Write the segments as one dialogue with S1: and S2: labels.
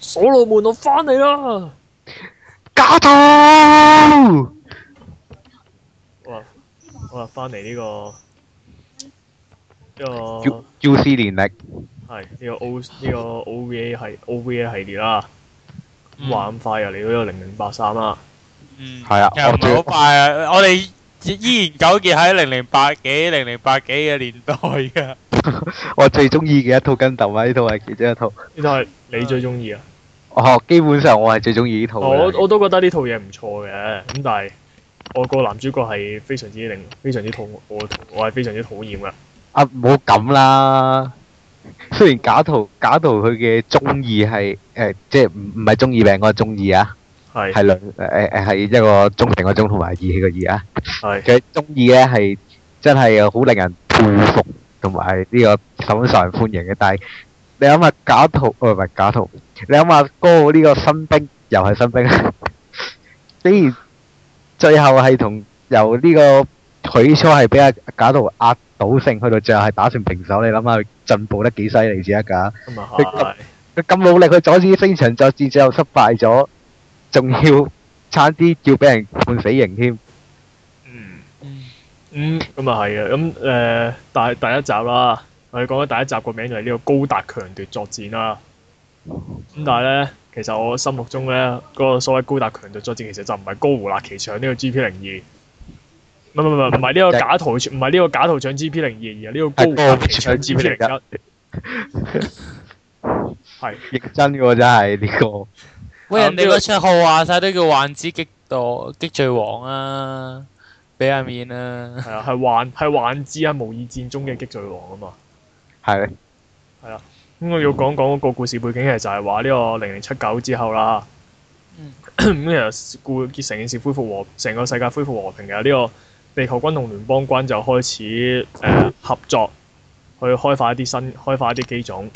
S1: 所羅門，我翻嚟啦！
S2: 假套。
S1: 好啦，好啦，翻嚟呢個呢、個
S2: U U C 年歷。
S1: 係呢、個 O 呢、個 OVA 係 OVA 系列啦。咁話咁快又嚟到呢個零零八三啦。
S3: 嗯，
S2: 係啊
S3: 其實
S2: 我
S3: 唔係好快啊！我哋依然糾結喺零零八幾、零零八幾嘅年代嘅。
S2: 我最中意嘅一套跟斗啊！呢套係其中一套，
S1: 呢套係你最中意啊！
S2: 哦，基本上我係最中意呢套
S1: 我
S2: 嘅。
S1: 我都覺得呢套嘢唔錯嘅，咁但係我個男主角係非常之令非常之討我我係非常之討厭嘅。
S2: 啊，唔好咁啦。雖然假圖假圖佢嘅中意係誒，即係唔唔係中意病個中意啊，係
S1: 係
S2: 兩誒誒係一個忠誠個忠同埋義氣個義啊。
S1: 係
S2: 佢中意咧係真係好令人佩服同埋呢個受受人歡迎嘅。但係你諗下假圖，哦唔係假圖，你諗下嗰個呢個新兵又係新 兵，竟然最後係同由呢、個佢初係俾阿假圖壓倒性，去到最後係打成平手。你諗下佢進步得幾犀利先得㗎？
S1: 咁啊係
S2: 佢咁努力去阻止星塵作戰，最後失敗咗，仲要差啲要俾人判死刑添。
S1: 嗯嗯咁啊係嘅，咁誒、但係第一集啦，我哋講緊第一集個名就係呢個高達強奪作戰啦。咁但係咧，其實我心目中咧嗰、個所謂高達強奪作戰，其實就唔係高胡辣奇搶呢個 G P 零二。唔係唔係唔係唔係呢個假圖，唔係呢個假圖搶 G P 零二，而係呢個高胡辣奇搶 G P 零一。係
S2: 認真嘅喎，真係呢、個。
S3: 喂，
S1: 啊
S3: 人哋
S1: 呢個
S3: 嗰出號話晒都叫幻之激墮激罪王啊，俾下面啊。
S1: 係啊，係幻係幻之啊，無意戰中嘅激罪王啊嘛。
S2: 係
S1: 咁我要講講嗰個故事背景，其實就係話呢個零零七九之後啦。
S3: 嗯
S1: 咁其實故結成件事恢復和，成個世界恢復和平嘅呢、個地球軍同聯邦軍就開始誒、呃合作，去開發一啲新開發一啲機種。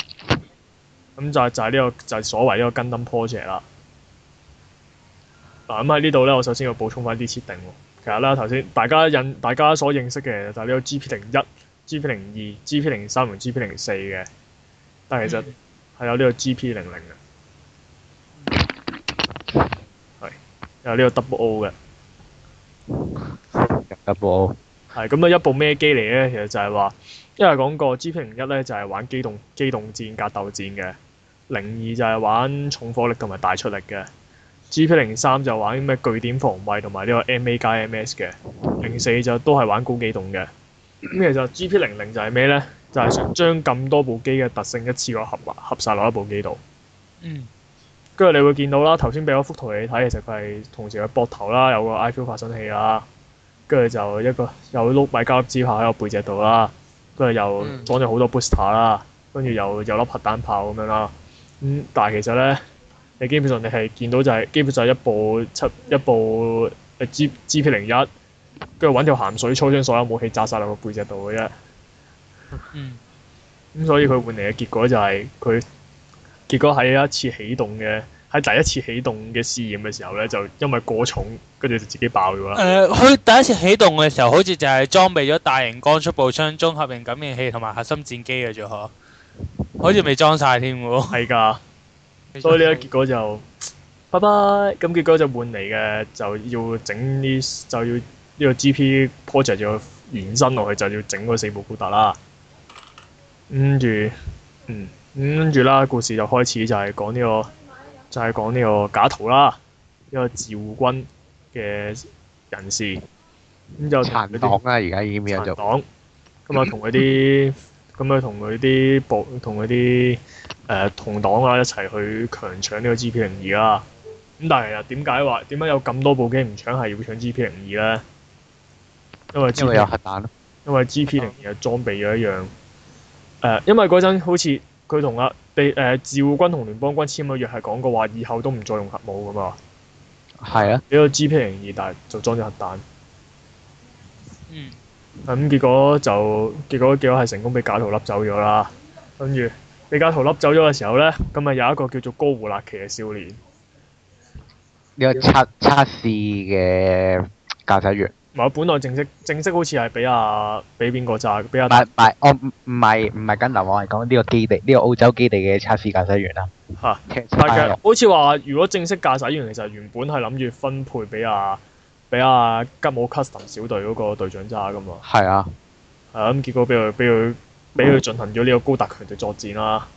S1: 咁就係就係呢、個就係、所謂呢個 Gundam Project 啦。嗱咁喺呢度咧，我首先要補充翻啲設定喎。其實咧，頭先大家印大家所認識嘅就係呢個 GP 零一、GP 零二、GP 零三同 GP 零四嘅。但係其實係有呢個 GP 零零嘅，係有呢個 Double O 嘅，
S2: 入部
S1: 係咁啊一部咩機嚟咧？其實就係話，因為講過 GP 零一咧就係玩機動機動戰格鬥戰嘅，零二就係玩重火力同埋大出力嘅，GP 零三就玩咩據點防衞同埋呢個 MA 加 MS 嘅，零四就都係玩高機動嘅。咁其實 GP 零零就係咩咧？就係、想將咁多部機嘅特性一次過合埋合晒落一部機度。
S3: 嗯
S1: 跟住你會見到啦，頭先俾咗幅圖你睇，其實佢係同時佢膊頭啦，有個 IQ 發生器啦，跟住就一個有碌米加粒支炮喺個背脊度啦，跟住又
S3: 嗯
S1: 裝咗好多 booster 啦，跟住又有粒核彈炮咁樣啦。咁、但係其實咧，你基本上你係見到就係、基本上一部七一部誒 G G P 零一，跟住揾條鹹水粗將所有武器炸晒落個背脊度嘅啫。
S3: 嗯
S1: 咁所以佢換嚟嘅結果就係佢結果喺一次起動嘅喺第一次起動嘅試驗嘅時候咧，就因為過重，跟住就自己爆咗啦。
S3: 誒，佢第一次起動嘅時候，好似就係裝備咗大型光速步槍、綜合型感應器同埋核心戰機嘅啫，嗬。好似未裝晒添喎。
S1: 係㗎，
S3: 嗯
S1: 所以呢個結果就拜拜。咁結果就換嚟嘅就要整呢就要呢個 GP project 就要延伸落去，就要整嗰四部高達啦。跟住，嗯，咁跟住啦，故事就開始就係講呢、個就係、講呢個假圖啦，一個自護軍嘅人士，咁就同嗰
S2: 殘
S1: 啲
S2: 黨啦，而家已經變
S1: 殘
S2: 咗做
S1: 啊黨，咁啊 同佢啲咁啊同佢啲部同佢啲誒同黨啊一齊去強搶呢個 GP 零二啦。咁但係啊，點解話點解有咁多部機唔搶係要搶 GP 零二咧？因為 GP
S2: 因為有核彈 咯。
S1: 因為 GP 零二係啊裝備咗一樣誒、呃因為嗰陣好似佢同阿地誒自護軍同聯邦軍簽咗約，係講過話以後都唔再用核武噶嘛。
S2: 係啊，
S1: 俾個 GP 零二，但係就裝咗核彈。
S3: 嗯
S1: 咁、結果就結果結果係成功俾假圖笠走咗啦。跟住俾假圖笠走咗嘅時候咧，咁啊有一個叫做高胡辣奇嘅少年，
S2: 呢個測測試嘅駕駛員
S1: 唔係本來正式正式好似係俾阿俾邊個咋？俾阿
S2: 唔係唔係，我唔唔係唔係跟流，我係講呢個基地，呢、個澳洲基地嘅測試駕駛員啦。
S1: 嚇，
S2: 聽
S1: 但係
S2: 啊
S1: 好似話，如果正式駕駛員其實原本係諗住分配俾阿俾阿吉姆 custom 小隊嗰個隊長揸噶嘛，
S2: 係啊，
S1: 係啊咁結果俾佢俾佢俾佢進行咗呢個高達強敵作戰啦，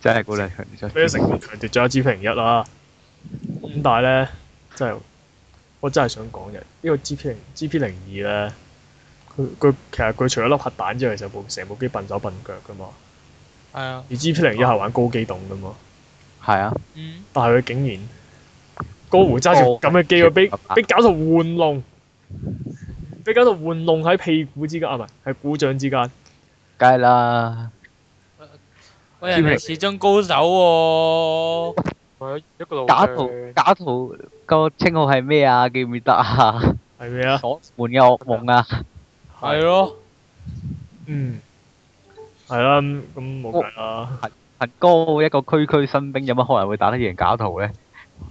S2: 真係鼓勵佢。
S1: 俾佢成功強敵咗一支平一啦。咁但係咧，真係我真係想講嘅，呢、個 G P 零 G P 零二咧，佢佢其實佢除咗粒核彈之外，其實部成部機笨手笨腳噶嘛。
S3: 係啊，
S1: 而 G P 零一係玩高機動噶嘛，
S2: 係啊，
S3: 嗯，
S1: 但係佢竟然高胡揸住咁嘅機，佢俾俾搞到玩弄，俾搞到玩弄喺屁股之間啊，唔係係鼓掌之間。
S2: 梗係啦。
S3: 喂，人哋始終高手喎、
S4: 係一個路
S2: 假圖假圖個稱號係咩啊？記唔記得 啊？
S1: 係咩啊？
S2: 所門嘅噩夢啊！
S3: 係咯，
S1: 嗯，係啦，咁咁冇計啦，
S2: 行高一個區區新兵，有乜可能會打得贏假圖咧？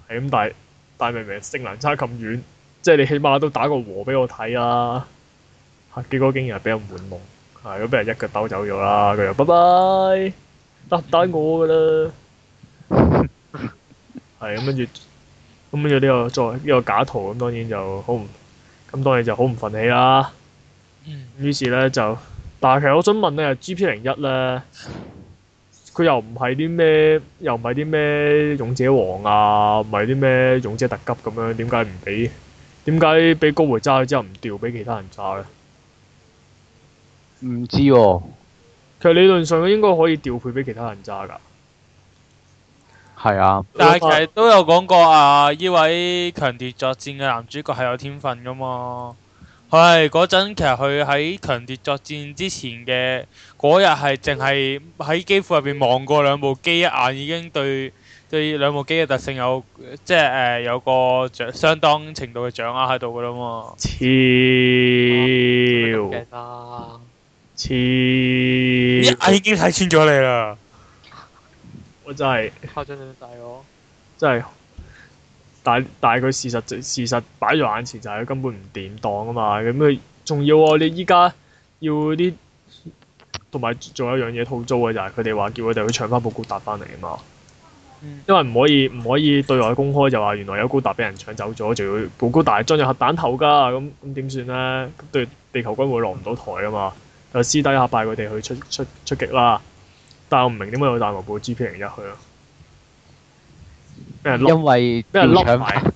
S1: 係咁，但係但係明明勝難差咁遠，即係你起碼都打個和俾我睇啊！嚇，結果竟然係俾人玩弄，係咁俾人一腳兜走咗啦，佢又拜拜，得單我噶啦，係咁跟住，咁跟住呢個作為呢個假圖咁，當然就好唔，咁當然就好唔憤氣啦。
S3: 嗯，
S1: 於是咧就，但係其實我想問咧，G.P. 零一咧，佢又唔係啲咩，又唔係啲咩勇者王啊，唔係啲咩勇者特急咁樣，點解唔俾？點解俾高回揸咗之後唔調俾其他人揸咧？
S2: 唔知喎，
S1: 其實理論上佢應該可以調配俾其他人揸㗎。
S2: 係啊，
S3: 但係其實都有講過啊，呢位強奪作戰嘅男主角係有天分噶嘛。係嗰陣其實佢喺強奪作戰之前嘅嗰日係淨係喺機庫入邊望過兩部機一眼，已經對對兩部機嘅特性有即係誒、呃有個掌相當程度嘅掌握喺度噶啦嘛。
S1: 超
S4: 鏡啦，
S3: 一
S1: 超！
S3: 眼已經睇穿咗你啦。
S1: 我真係
S4: 誇張到大我。
S1: 真係，但係但係佢事實事實擺在眼前就係佢根本唔掂當啊嘛，咁佢仲要喎、你依家要啲，同埋仲有一樣嘢套租嘅就係佢哋話叫佢哋去搶翻部高達翻嚟啊嘛，
S3: 嗯
S1: 因為唔可以唔可以對外公開就話原來有高達俾人搶走咗，仲要部高達係裝有核彈頭㗎，咁咁點算咧？對地球軍會落唔到台啊嘛，就私底下拜佢哋去出出出擊啦，但係我唔明點解要帶埋部 G P 零一去啊？俾人笠
S2: 因為
S1: 俾
S2: 要
S1: 人笠埋
S2: 搶翻。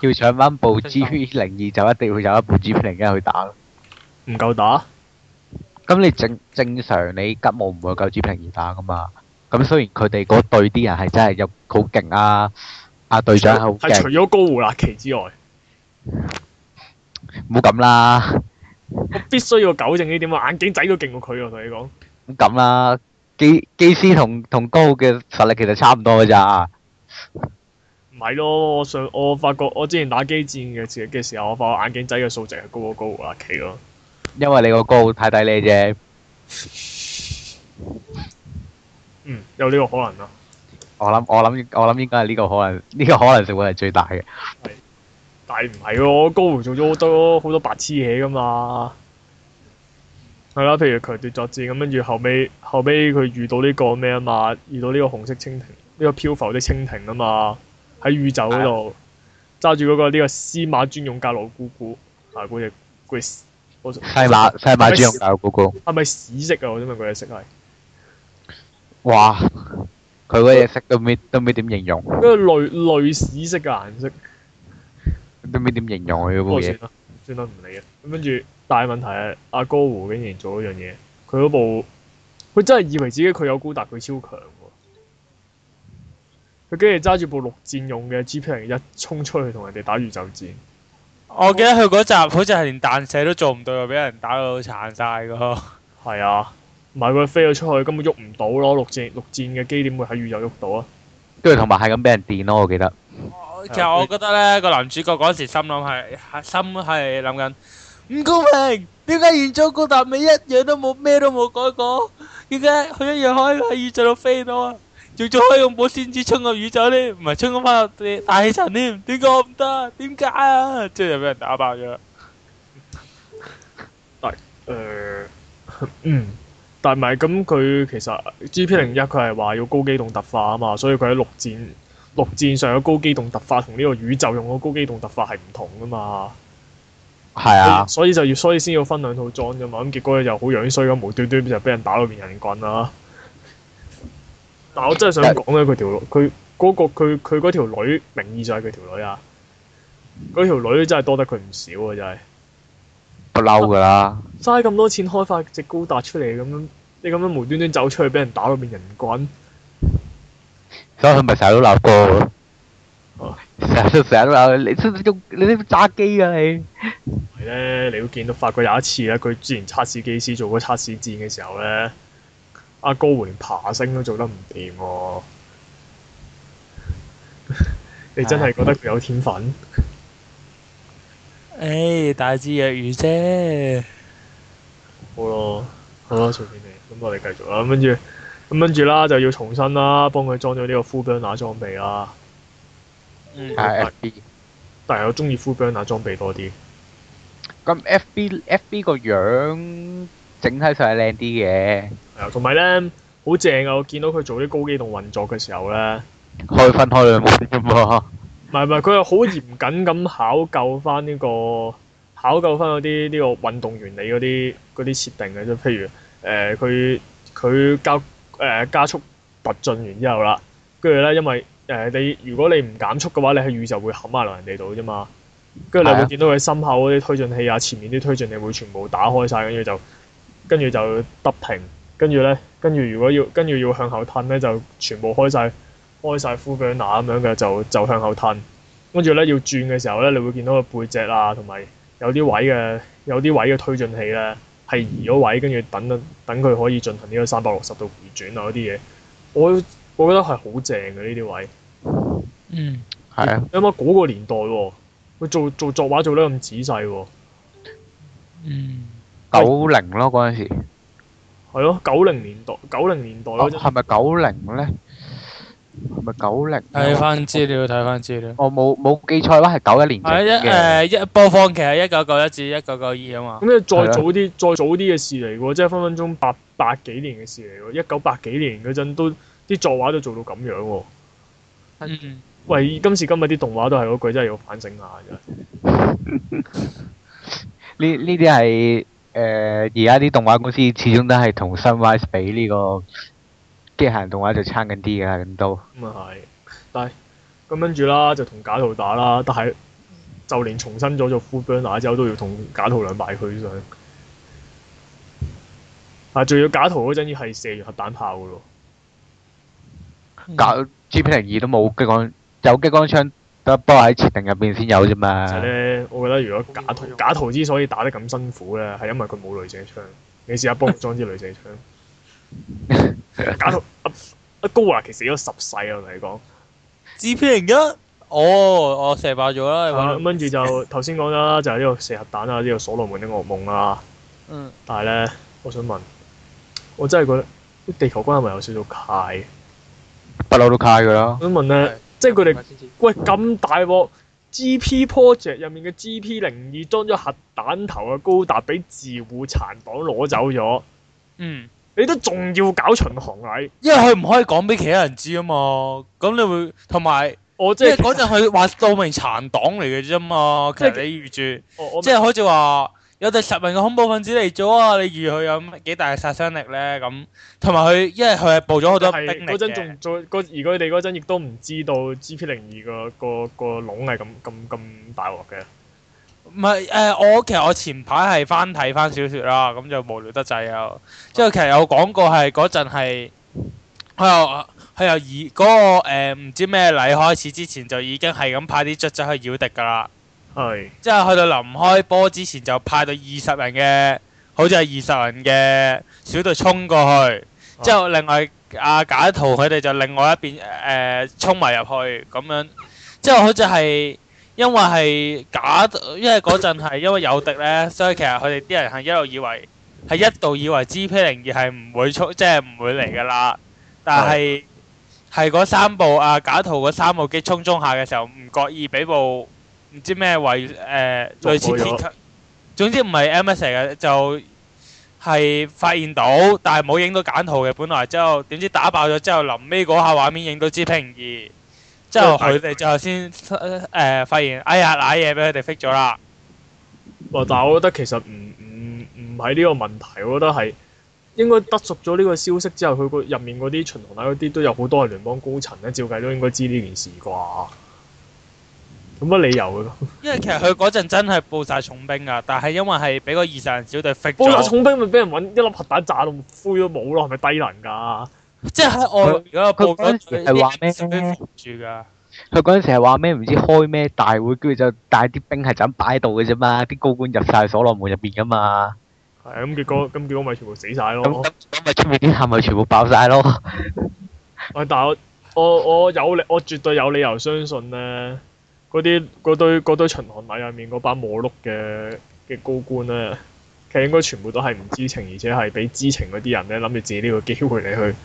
S2: 要搶翻部 G P 零二就一定會有一部 G P 零一去打咯。
S1: 唔夠打，
S2: 咁你正正常你吉姆唔會夠 G P 零二打噶嘛？咁雖然佢哋嗰隊啲人係真係有好勁啊，阿隊長係好
S1: 係除
S2: 勁，
S1: 咗高胡辣奇之外，
S2: 唔好咁啦，
S1: 我必須要糾正呢點啊！眼鏡仔都勁過佢喎，同你講。
S2: 唔好咁啦。基基斯同同高嘅實力其實差唔多㗎咋，
S1: 唔係咯，我上我發覺我之前打機戰嘅時嘅時候，我發覺眼鏡仔嘅數值係高過高胡辣奇咯。
S2: 因為你個高太低你啫。
S1: 嗯，有呢個可能啊。
S2: 我諗我諗我諗應該係呢個可能呢、個可能性會係最大嘅。
S1: 但係唔係喎，高胡做咗好多好多白痴嘢噶嘛。係啦，譬如強奪作戰咁，跟住後尾後尾佢遇到呢個咩啊嘛，遇到呢個紅色蜻蜓，呢、個漂浮的蜻蜓啊嘛，喺宇宙嗰度揸住嗰個呢個司馬專用格羅姑姑，啊嗰只嗰隻我西
S2: 西馬西馬專用教育嗰個。
S1: 係咪屎色啊？我想問佢嘅色係，
S2: 哇！佢嗰隻色都未都未點形容，
S1: 嗰個類類屎色嘅顏色。
S2: 都未點形容佢嗰
S1: 不
S2: 部
S1: 過
S2: 嘢
S1: 算。啦，算啦，唔理啦。啊咁跟住，但係問題係阿高胡竟然做咗樣嘢，佢嗰部佢真係以為自己佢有高達，佢超強喎。佢竟然揸住部陸戰用嘅 G P 零一衝出去同人哋打宇宙戰，
S3: 我記得佢嗰集好似係連彈射都做唔到，又俾人打到殘晒噶。
S1: 係啊，唔係佢飛咗出去根本喐唔到咯。陸戰陸戰嘅機點會喺宇宙喐到啊？
S2: 跟住同埋係咁俾人電咯，我記得。
S3: 其實我覺得咧，個男主角嗰時心諗係心係諗緊唔公平，點解原裝高達美一樣都冇咩都冇改過？點解佢一樣可以喺宇宙度飛到啊？仲仲可以用保鮮紙衝個宇宙咧，唔係衝咗翻入大氣層添，點解我唔得？點解啊？即係就俾人打爆咗啦。
S1: 誒、呃嗯，但唔係咁，佢其實 G.P. 零一佢係話要高機動突化啊嘛，所以佢喺陸戰陸戰上嘅高機動突化同呢個宇宙用嘅高機動突化係唔同噶嘛，
S2: 系啊，
S1: 所以就要所以先要分兩套裝啫嘛，咁結果就好樣衰咁無端端就俾人打到面人棍啦。但我真係想講咧，佢條佢嗰、個佢佢嗰條女名義就係佢條女啊，嗰條女真係多得佢唔少啊，真係。
S2: 不嬲噶啦。
S1: 嘥咁多錢開發只高達出嚟咁樣，你咁樣無端端走出去俾人打到變人棍，
S2: 所以佢咪成日都鬧歌咯
S1: 哦。
S2: 成日都成日都鬧你，識唔識用你識唔識揸機啊你？
S1: 係咧，你都見到法國有一次啊咧，佢之前測試機師做嗰測試戰嘅時候咧，阿高連爬升都做得唔掂喎。 你真係覺得佢有天分？
S3: 誒，大智若愚啫。
S1: 好咯，好啦，隨便你。咁我哋繼續啦，咁跟住，咁跟住啦，就要重新啦，幫佢裝咗呢個 full burner 裝備啦。
S3: 嗯。
S2: 係 FB。
S1: 但係我中意 full burner 裝備多啲。
S2: 咁 FB FB 個樣整體上係靚啲嘅，
S1: 係啊，同埋咧好正啊！我見到佢做啲高機動運作嘅時候咧，
S2: 開分開兩門啫嘛。
S1: 唔係唔係，佢係好嚴謹咁考究翻呢、個考究翻嗰啲呢個運動原理嗰啲嗰啲設定嘅啫。譬如誒，呃佢、佢加誒、加速突進完之後啦，跟住咧因為誒、呃你如果你唔減速嘅話，你喺宇宙會冚埋落人哋度啫嘛。跟住你
S2: 係
S1: 會
S2: 啊
S1: 見到佢心口嗰啲推進器啊，前面啲推進器會全部打開晒，跟住就跟住就得平，跟住咧，跟住如果要跟住要向後褪咧，就全部開晒開晒 full burner 咁樣嘅，就就向後褪。跟住咧要轉嘅時候咧，你會見到個背脊啊，同埋有啲位嘅有啲位嘅推進器咧係移咗位，跟住等等等佢可以進行呢個三百六十度回轉啊嗰啲嘢，我我覺得係好正嘅呢啲位。
S3: 嗯。
S2: 係啊，
S1: 你諗下嗰個年代喎、佢做做作畫做得咁仔細喎、
S3: 嗯。
S2: 九零咯嗰陣時，
S1: 係咯，九零年代，九零年代嗰
S2: 哦
S1: 陣，
S2: 係咪九零咧？係咪九零？
S3: 睇翻資料，睇翻資料。
S2: 我冇冇記錯啦，係九一年整
S3: 係一
S2: 嘅。
S3: 誒一播放期係一九九一至一九九二啊嘛。
S1: 咁你再
S2: 係啊
S1: 早啲，再早啲嘅事嚟喎，即係分分鐘八八幾年嘅事嚟喎，一九八幾年嗰陣都啲作畫都做到咁樣喎、
S3: 嗯。
S1: 喂，今時今日啲動畫都係嗰句，真係要反省下真係。
S2: 呢呢啲係誒而家啲動畫公司始終都係同 Sunrise 比呢個機械人動畫就差緊啲嘅，咁都
S1: 咁啊係，但係咁跟住啦，就同假圖打啦，但係就連重新咗做 full burner 之後，都要同假圖兩敗俱傷。啊，仲要假圖嗰陣要係射完核彈炮嘅咯，
S2: 搞 GP 零二都冇激光，有激光槍得，不過喺設定入邊先有啫嘛
S1: 其。實咧，我覺得如果假圖假圖之所以打得咁辛苦咧，係因為佢冇雷射槍。你試下幫我裝支雷射槍。假圖阿阿高華其實咗十世啊，我同你講。
S3: G P 零一，哦，我射爆咗啦。你
S1: 啊
S3: 話
S1: 咁跟住就頭先講啦，就係呢個射核彈啊，呢個所羅門的噩夢啊。
S3: 嗯。
S1: 但係咧，我想問，我真係覺得地球軍係咪有少少蟹？
S2: 不嬲都卡噶啦
S1: 我。想問咧，啊即係佢哋
S4: 哋
S1: 喂咁大鑊，GP Project 入面嘅 GP 零二裝咗核彈頭嘅高達俾自護殘黨攞走咗，
S3: 嗯。
S1: 你都仲要搞巡航啊禮？
S3: 因為佢唔可以講俾其他人知啊嘛，咁你會同埋，
S1: 我即
S3: 即係
S1: 係
S3: 嗰陣佢話到明殘黨嚟嘅啫嘛，其實
S1: 即
S3: 你預住，
S1: 我我
S3: 即係好似話有第十名嘅恐怖分子嚟咗啊，你預佢有乜幾大嘅殺傷力咧？咁同埋佢，因為佢係報咗好多兵
S1: 係
S3: 力
S1: 嗰陣
S3: 嘅，
S1: 仲做嗰而佢哋嗰陣亦都唔知道 GP 零二個個個籠係咁咁咁大鑊嘅。
S3: 唔係誒，我其實我前排係翻睇翻小説啦，咁就無聊得滯啊，之後其實有講過係嗰陣係佢又佢又以嗰、個呃唔、知咩禮開始之前就已經係咁派啲卒仔去擾敵㗎啦。
S1: 係
S3: 之後去到臨開波之前就派到二十人嘅，好似係二十人嘅小隊衝過去，
S1: 啊
S3: 之後另外阿假圖佢哋就另外一邊誒、呃、衝埋入去咁樣，之後好似係因為係假，因為嗰陣係因為有敵呢，所以其實佢哋啲人係一路以為係一度以為 G P 零二係唔會衝，即係唔會嚟噶啦，但係。係嗰三部啊假圖嗰三部機衝衝下嘅時候，唔覺意俾部唔知咩位誒、呃、
S1: 撞
S3: 類似
S1: 過咗
S3: 鐵球，總之唔係 MS 嚟嘅，就係發現到，但係冇影到簡圖嘅。本來之後點知打爆咗之後，臨尾嗰下畫面影到支平二，之後佢哋最後先誒、呃、發現，哎呀賴嘢俾佢哋 fix 咗啦。
S1: 哇！但係我覺得其實唔唔唔係呢個問題，我覺得係應該得熟咗呢個消息之後，佢個入面嗰啲巡邏啊嗰啲都有好多係聯邦高層咧，照計都應該知呢件事啩。有乜理由嘅？
S3: 因為其實佢嗰陣真係報晒重兵噶，但係因為係俾個二十人小隊 fix
S1: 報咗
S3: 咗。
S1: 重兵咪俾人揾一粒核彈炸到灰都冇咯，係咪低能㗎？
S3: 即係喺外嗰個報
S2: 佢嗰陣時係話咩
S3: 住㗎，
S2: 佢嗰陣時係話咩唔知開咩大會，跟住就帶啲兵係就咁擺喺度嘅啫嘛，啲高官入晒所羅門入邊噶嘛，
S1: 係咁結果咁結果咪全部死晒咯。
S2: 咁咁咁咪出面啲艦咪全部爆晒咯。
S1: 喂，但係我我我有理，我絕對有理由相信咧，嗰啲嗰堆嗰堆巡航禮入面嗰班摸碌嘅嘅高官咧，其實應該全部都係唔知情，而且係俾知情嗰啲人咧諗住自己呢個機會嚟去。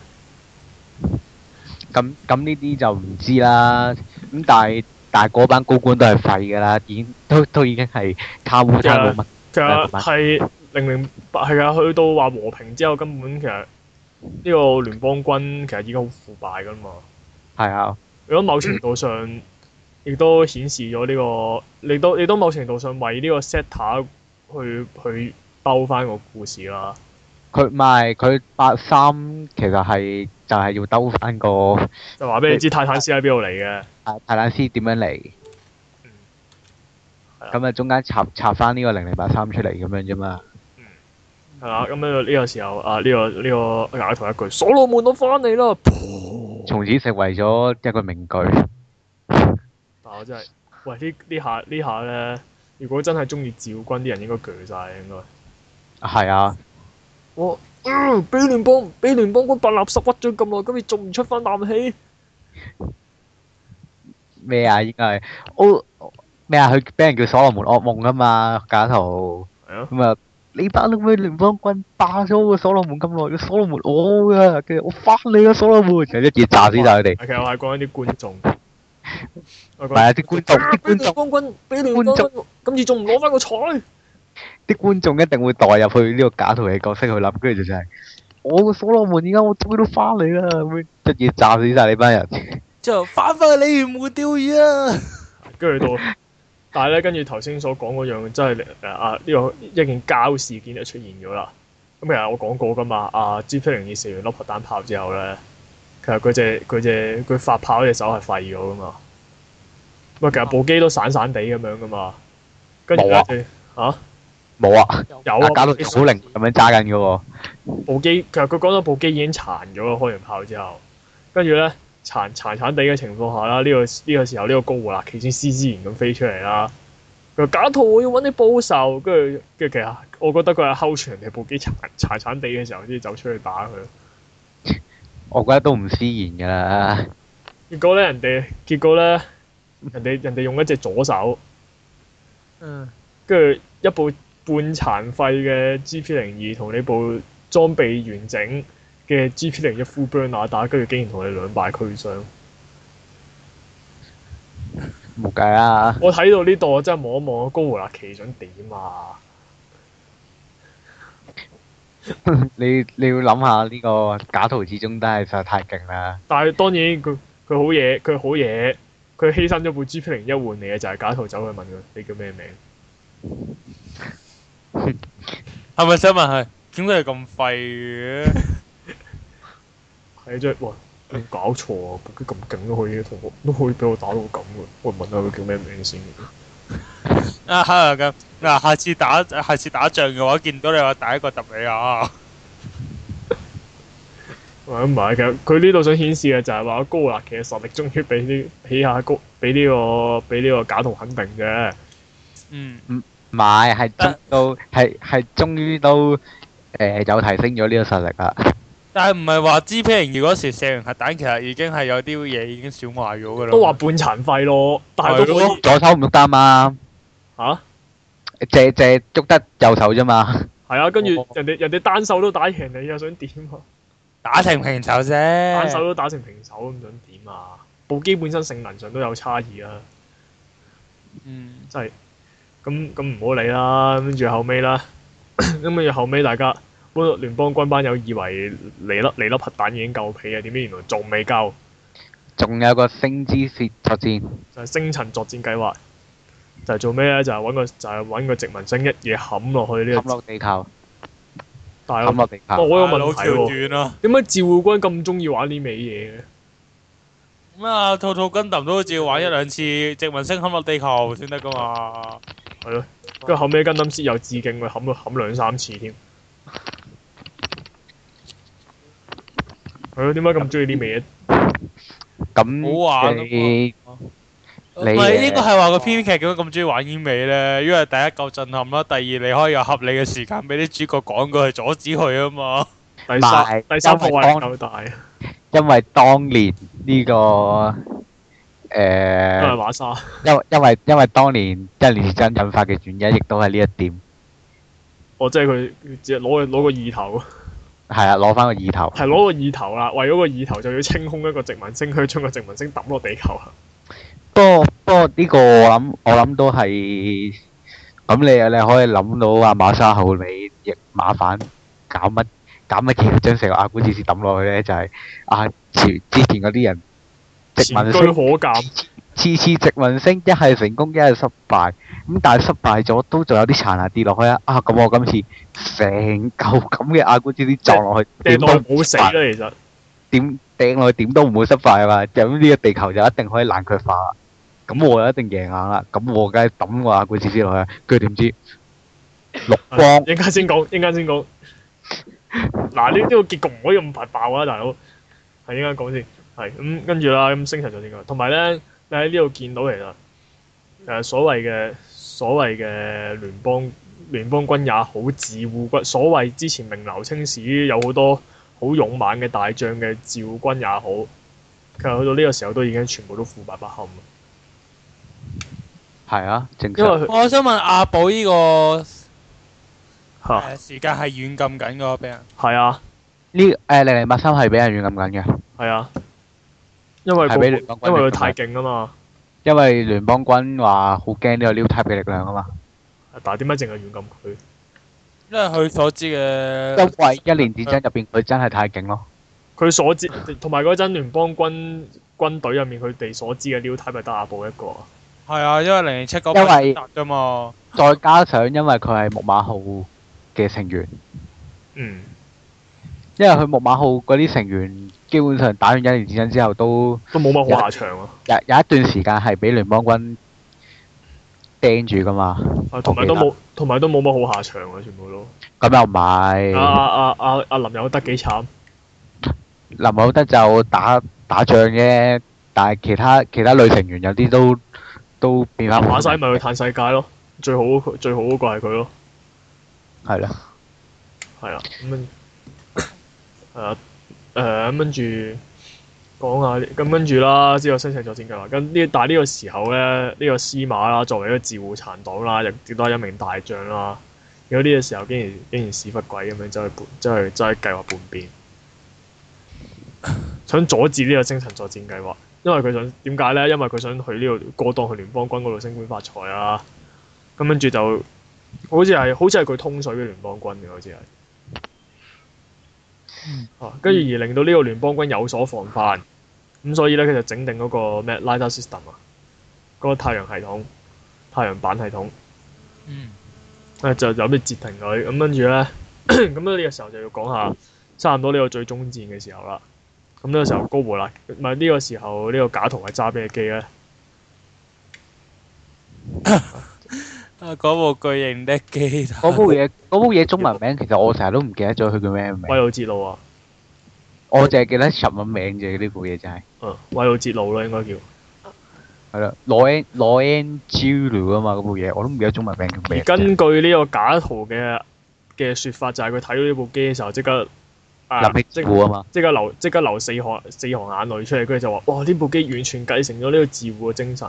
S2: 咁咁呢啲就唔知啦。咁但係但係嗰班高官都係廢㗎啦，已經都都已經係貪污貪到乜。
S1: 其實
S2: 係同埋
S1: 係零零八係啊，去到話和平之後，根本其實呢個聯邦軍其實已經好腐敗噶嘛。
S2: 係啊，
S1: 如果某程度上亦都顯示咗呢、個，亦都亦都某程度上為呢個 setter 去去兜翻個故事啦。
S2: 佢唔係佢八三其實係就係要兜翻個
S1: 就話俾你知泰坦斯喺邊度嚟嘅，
S2: 泰泰坦斯點樣嚟
S1: 嗯係啊。
S2: 咁啊，中間插插翻呢個零零八三出嚟咁樣啫嘛。
S1: 係啦。咁樣呢個時候啊，呢、個呢、個雅圖一句，所羅門我翻嚟啦！
S2: 從此成為咗一個名句。
S1: 但我真係，喂呢呢下呢下咧，如果真係中意趙軍啲人應該鋸晒應該。
S2: 係啊，
S1: 我嗯俾聯邦俾聯邦軍白垃圾屈咗咁耐，今次仲唔出翻啖氣？
S2: 咩啊？應該係哦咩啊？佢俾人叫所羅門噩夢啊嘛，假圖。
S1: 係啊。
S2: 咁啊，你班咁嘅聯邦軍霸咗我所羅門咁耐，所羅門我噶，跟住我翻你啊啦，所羅門，就一嘢炸死晒佢哋。
S1: 其實我係講緊啲觀眾。 我
S2: 唔
S1: 講
S2: 係啊，啲觀眾，啲觀眾，
S1: 邦軍俾聯
S2: 觀
S1: 軍，今次仲唔攞翻個彩？
S2: 啲觀眾一定會代入去呢個假圖嘅角色去諗，跟住就真係我個所羅門，而家我終於都翻你啦，咁樣一嘢炸死晒你班人。
S3: 之後翻返去你唔會釣魚啊！
S1: 跟住到，但係咧，跟住頭先所講嗰樣，真係誒啊呢個一件交事件就出現咗啦。咁其實我講過噶嘛，啊 G P 零二射完粒核彈炮之後咧，其實佢隻佢隻佢發炮嗰隻手係廢咗噶嘛。喂，其實部機都散散地咁樣噶嘛。跟住咧
S2: 冇啊
S1: 佢嚇
S2: 冇啊，
S1: 有
S2: 啊
S1: 啊，
S2: 假圖好靈咁樣揸緊嘅喎，
S1: 部機，其實佢講到部機已經殘咗啦，開完炮之後，跟住咧殘殘殘地嘅情況下啦，呢、個呢、個時候呢、個高胡辣奇先斯斯然咁飛出嚟啦。佢話假圖，我要揾你報仇，跟住跟住其實我覺得佢係睺住人哋部機殘殘殘地嘅時候先走出去打佢。
S2: 我覺得都唔思然㗎啦。
S1: 結果咧人哋結果咧人哋人哋用一隻左手，
S3: 嗯，
S1: 跟住一部半殘廢嘅 G P 零二同你部裝備完整嘅 G P 零一 Full Burner 打，跟住竟然同你兩敗俱傷。
S2: 冇計啊！
S1: 我睇到呢度，我真係望一望高胡辣奇想點啊！
S2: 你你要諗下呢個假圖始終都係實在太勁啦。
S1: 但係當然佢佢好嘢，佢好嘢，佢犧牲咗部 G P 零一換嚟嘅就係假圖走去問佢你叫咩名？
S3: 係咪想問佢點解你咁廢嘅？
S1: 係真係哇！有冇搞錯啊！部機咁勁都可以同我都可以俾我打到咁嘅，我問下佢叫咩名先。
S3: 啊哈咁嗱，下次打下次打仗嘅話，見到你我第一個揼你啊！
S1: 喂唔係，其實佢呢度想顯示嘅就係話高胡辣奇嘅實力終於俾呢起下高俾呢、個俾呢個假圖肯定啫。
S3: 嗯，
S2: 唔係，係
S3: 得
S2: 終到係係終於都誒、呃有提升咗呢個實力啦。
S3: 但係唔係話 G P 零二嗰時射完核彈，其實已經係有啲嘢已經少壞咗㗎啦。
S1: 都話半殘廢咯，但係都可以
S2: 左手唔喐得啊嘛，
S1: 嚇。
S2: 借借喐得右手啫嘛。
S1: 係啊，跟住
S3: 哦
S1: 人哋人哋單手都打贏你啊，想點啊？
S3: 打成平手啫。
S1: 單手都打成平手，咁想點啊？部機本身性能上都有差異啊，
S3: 嗯，
S1: 真係咁咁唔好理啦。跟住後尾啦， 咁跟住後尾大家本聯邦軍班友以為嚟粒嚟粒核彈已經夠皮啊，點知原來仲未夠，
S2: 仲有個星之舌作戰，
S1: 就係、星塵作戰計劃。就係做咩咧？就係、揾個就係、揾個殖民星一嘢冚落去呢
S2: 冚
S1: 個
S2: 落地球，
S1: 大
S2: 冚
S1: 陸。哦
S2: 落啊地
S1: 我
S2: 球。
S1: 有個
S3: 老
S1: 問題
S3: 橋
S1: 喎，
S3: 段啊！
S1: 點解照顧軍咁中意玩呢味嘢嘅？
S3: 咩啊？套套跟揼都照玩一兩次，殖民星冚落地球先得噶嘛？
S1: 跟住後尾跟冧 C 又致敬佢冚咗冚兩三次添。係咯，點解咁中意呢味嘢？
S2: 咁
S3: 好玩啊
S2: 你
S3: 唔
S2: 你
S3: 係呢個係話個
S4: 嘅
S3: 編劇點解咁中意玩煙尾咧？因為第一夠震撼啦，第二你可以有合理嘅時間俾啲主角講過去阻止佢啊 嘛。
S1: 第三第
S2: 賣
S1: 三
S2: 因為
S1: 個位唔
S2: 當
S1: 夠大，
S2: 因為當年呢、個
S1: 都
S2: 誒
S1: 係，馬沙。
S2: 因為因為因為當年一年真引發嘅原因，亦都係呢一點，
S1: 哦，即係佢只係攞個攞個意 頭，
S2: 係啊，攞翻個意頭。
S1: 係攞個意頭啦。為咗個意頭就要清空一個殖民星，去將個殖民星抌落地球。
S2: 不過不過呢個我諗我諗都係咁你你可以諗到阿馬沙後尾亦麻煩搞乜搞乜嘢將成個阿古哲斯抌落去咧，就係、啊前之前嗰啲人殖
S1: 前
S2: 民
S1: 居
S2: 星
S1: 可鑑，
S2: 次次殖民星一係成功一係失敗，咁但係失敗咗都仲有啲殘骸跌落去啊！啊咁我今次成嚿咁嘅阿古哲斯撞落去，
S1: 掟
S2: 點都
S1: 落去
S2: 唔
S1: 冇
S2: 會
S1: 死啊啦。
S2: 失敗
S1: 其實
S2: 點掟落去點都唔會失敗啊嘛！咁呢個地球就一定可以冷卻化啦。咁我就一定贏硬啦。咁我梗係抌個阿古哲斯落去，啊跟住點知綠光
S1: 應間先講，應間先講。嗱，呢呢個結局唔可以咁快爆啊，大佬。係應該講先，係咁跟住啦，咁星塵就點講？同埋咧，你喺呢度見到其實誒、呃所謂嘅所謂嘅聯邦聯邦軍也好，自護軍所謂之前名流青史有好多好勇猛嘅大將嘅自護軍也好，其實去到呢個時候都已經全部都腐敗不堪。
S2: 係啊，正
S1: 因為
S2: 常
S1: 佢
S3: 我想問阿寶呢個
S1: 嚇
S3: 誒時間係軟禁緊㗎，俾人
S1: 係啊
S2: 呢誒零零八三係俾人軟禁緊嘅，
S1: 係啊，因為、
S2: 係俾聯邦軍
S1: 因為佢
S2: 力量
S1: 太勁啊嘛。
S2: 因為聯邦軍話好驚呢個 new type 嘅力量啊嘛。
S1: 但係點解淨係軟禁佢？
S3: 因為佢所知
S2: 因
S3: 嘅
S2: 為一年戰爭入邊佢真係太勁咯，
S1: 佢所知同埋嗰陣聯邦軍軍隊入面，佢哋所知嘅 new type 咪得阿布一個啊。
S3: 係啊，因為零零七嗰
S2: 因為
S3: 集啫嘛。
S2: 再加上因為佢係木馬號嘅成員。
S1: 嗯，
S2: 因為佢木馬號嗰啲成員基本上打完一年戰爭之後，都
S1: 都冇乜好下場啊。
S2: 有有一段時間係俾聯邦軍釘住噶嘛，
S1: 啊同埋都冇，同埋都冇乜好下場啊，全部都。
S2: 咁又唔係。
S1: 阿阿阿阿阿林有得幾慘？
S2: 林某德就打打仗啫，但係其他其他女成員有啲都都變翻
S1: 馬西咪去嘆世界咯，最好嗰個最好嗰個係佢咯，
S2: 係啦，
S1: 係啊。咁跟係啊誒咁跟住講下啲，咁跟住啦，之後星際作戰計劃。咁呢，但係呢個時候咧，呢、個司馬啦，作為一個自護殘黨啦，亦都係一名大將啦。有呢個時候竟然竟然屎忽鬼咁樣走去叛，走去走去計劃叛變，想阻止呢個星塵作戰計劃，因為佢想點解咧？因為佢想去呢度過檔去聯邦軍嗰度升官發財啊！咁跟住就好似係好似係佢通水嘅聯邦軍嘅，好似係。啊，跟住而令到呢個聯邦軍有所防範，咁所以咧佢就整定嗰個咩 LiDAR system 啊，嗰、個太陽系統、太陽板系統。
S3: 嗯，
S1: 誒就有啲截停佢，咁跟住咧， 咁咧呢個時候就要講下差唔多呢個最終戰嘅時候啦。咁呢個時候高胡啦，唔係呢個時候呢、個假圖係揸咩機咧？
S3: 啊嗰部巨型的機體
S2: 嗰部嘢嗰部嘢中文名其實我成日都唔記得咗佢叫咩名
S1: 威，魯捷路啊，
S2: 我淨係記得日文名啫，呢部嘢真係
S1: 嗯，威魯捷路啦應該叫。
S2: 係啦，羅恩羅恩朱魯啊嘛，嗰部嘢我都唔記得中文名叫
S1: 而
S2: 咩。
S1: 根據呢個假圖嘅嘅説法，就係佢睇到呢部機嘅時候，即刻啊
S2: 林
S1: 即
S2: 碧湖啊嘛，
S1: 即刻流即刻流四行四行眼淚出嚟，跟住就話：哇！呢部機完全繼承咗呢個自護嘅精神。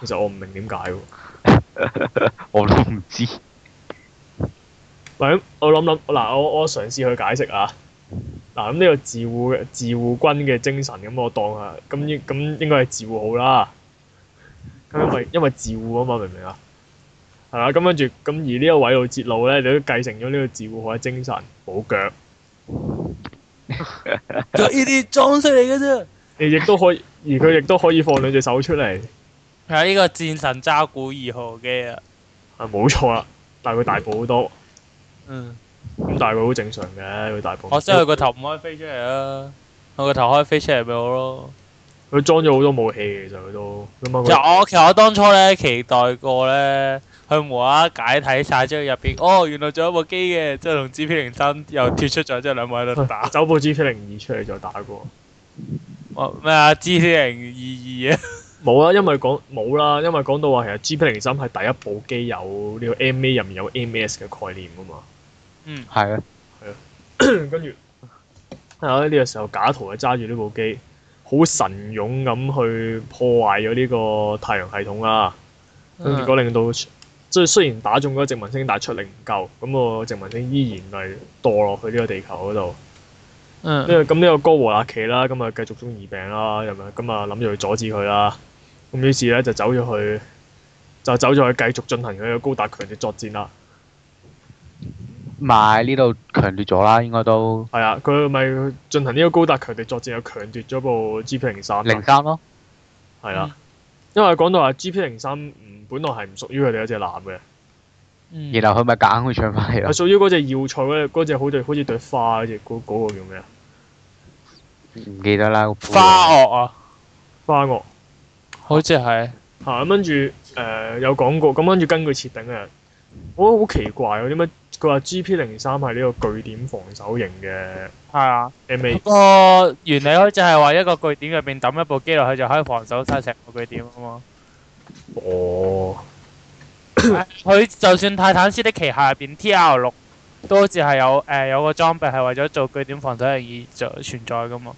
S1: 其實我唔明點解喎。
S2: 我都唔知。
S1: 喂，咁我諗諗嗱，我我嘗試去解釋啊。嗱咁呢個自護嘅自護軍嘅精神，咁我當啊，咁應咁應該係自護好啦。咁因為因為自護啊嘛，明唔明啊？係啦，咁跟住咁而呢個位路節路咧，你都繼承咗呢個自護好嘅精神，冇腳，
S3: 就呢啲裝飾嚟嘅啫。
S1: 你亦都可以，而佢亦都可以放兩隻手出嚟，
S3: 係啊呢個戰神渣古二號機啊，
S1: 啊冇錯啦。但係佢大步好多，
S3: 嗯，
S1: 咁但係佢好正常嘅，佢大步。
S3: 我知哦佢個頭唔可以飛出嚟啊，佢個頭可以飛出嚟俾我咯。
S1: 佢裝咗好多武器嘅，其實佢都咁
S2: 嗯
S3: 其
S1: 啊。
S3: 實我其實我當初咧期待過咧，佢無啦啦解體晒之後入邊，哦原來仲有部機嘅，即係同 G P 零三又脱出咗，之後兩位喺度打
S1: 佢走部 G P 零二出嚟再打過，
S2: 嗯
S3: 哦咩啊 G P 零二二啊，
S1: 冇啦，因為講冇啦，因為講到話其實 G P 零三係第一部機有呢個 M A 入面有 M S 嘅概念噶嘛，
S3: 嗯
S2: 係啊，
S1: 跟住係啊呢個時候假圖就揸住呢部機，好神勇咁去破壞咗呢個太陽系統啦，咁結果令到即係雖然打中嗰隻民星，但係出力唔夠，咁個殖民星依然係墮落去呢個地球嗰度。
S3: 嗯
S1: 呢個咁呢個哥和阿奇啦，咁啊繼續中二病啦，咁樣咁啊諗住去阻止佢啦。咁於是咧就走咗去，就走咗去繼續進行佢嘅高達強烈作戰啦。
S2: 唔係呢度強調咗啦，應該都
S1: 係啊，佢咪進行呢個高達強烈作戰，又強奪咗部 G P 零三。啊
S2: 零三咯，
S1: 係啦，因為講到話 G P 零三唔本來係唔屬於佢哋嗰只艦嘅，
S3: 嗯
S2: 然後佢咪夾硬去搶翻嚟咯
S1: 係，屬於嗰只要塞嗰隻嗰隻好似好似朵花嗰只嗰嗰個叫咩啊？
S2: 唔記得啦。
S3: 花樂啊，
S1: 花樂。
S3: 好似係
S1: 嚇咁跟住誒有講過，咁跟住根據設定嘅，我覺得好奇怪喎，點解佢話 G.P. 零三係呢個據點防守型嘅
S3: 係啊。
S1: M.A.
S3: 個原理好似係話一個據點入邊抌一部機落去就可以防守晒成個據點啊嘛。
S1: 哦，
S3: 佢就算泰坦斯的旗下入邊 T.R. 六都好似係有誒、呃有個裝備係為咗做據點防守而就存在噶嘛。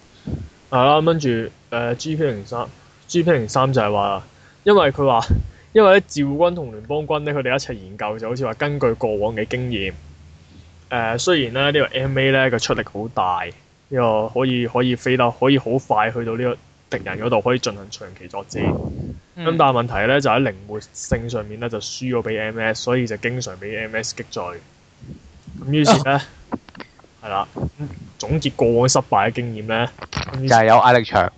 S1: 係啦，咁跟住誒 G.P. 零三 G.P. 零三就係話，因為佢話 因為咧自護軍同聯邦軍咧，佢哋一齊研究就好似話根據過往嘅經驗，誒、雖然咧呢、個 M.A. 咧個出力好大，呢、個可以可以飛得可以好快去到呢個敵人嗰度，可以進行長期作戰。咁、
S3: 嗯
S2: 嗯
S1: 但係問題咧就喺靈活性上面咧就輸咗俾 MS，所以就經常俾 MS 擊墜。咁於是
S2: 哦
S1: 咧係啦，咁總結過往失敗嘅經驗咧，咁於
S2: 就是
S1: 係
S2: 係有壓力場，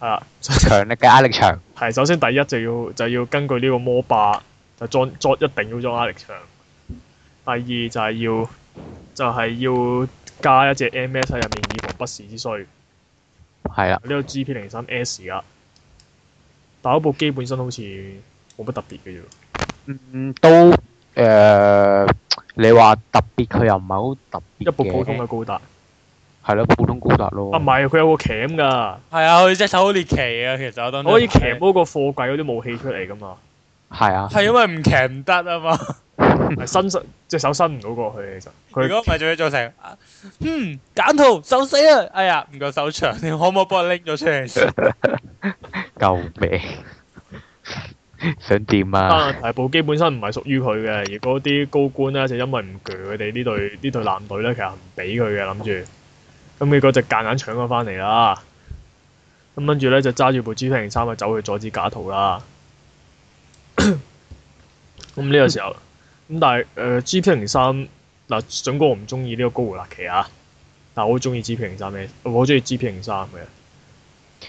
S1: 啦，
S2: 強力嘅壓力場。
S1: 係首先第一就要就要根據呢個魔霸就裝作一定要裝壓力場。第二就係要就係、要加一隻 MS 喺入面以防不時之需。呢、
S2: 係啦，
S1: 個 GP 零三 S 噶，但係嗰部機本身好似冇乜特別嘅啫喎。
S2: 嗯，都誒、呃你話特別佢又唔係好特別
S1: 一部普通
S2: 嘅，
S1: 嘅高達，啊
S2: 係咯，普通高達咯。
S1: 唔係佢有個鉗㗎，
S3: 係啊，佢隻手好似騎啊，其實我當
S1: 可以鉗嗰個貨櫃嗰啲武器出嚟㗎嘛，
S2: 係啊，
S3: 係因為唔騎唔得啊嘛。
S1: 係伸手隻手伸唔到過去其實，
S3: 如
S1: 佢
S3: 果唔係，仲要做成，啊嗯，簡圖手死啦！哎呀，唔夠手長，你可唔可以幫我拎咗出嚟先？
S2: 救命！想點啊？
S1: 但係部機本身唔係屬於佢嘅，而嗰啲高官咧就因為唔鋸佢哋呢隊呢隊艦隊咧，其實唔俾佢嘅諗住，咁結果就夾硬搶咗翻嚟啦。咁跟住咧就揸住部 G 零三啊走去阻止假圖啦。咁呢個時候，咁但係誒、G 呃 P 零三嗱，準哥我唔中意呢個高胡勒奇啊，但我好中意 G P 零三嘅，我好中意 G P 零三嘅。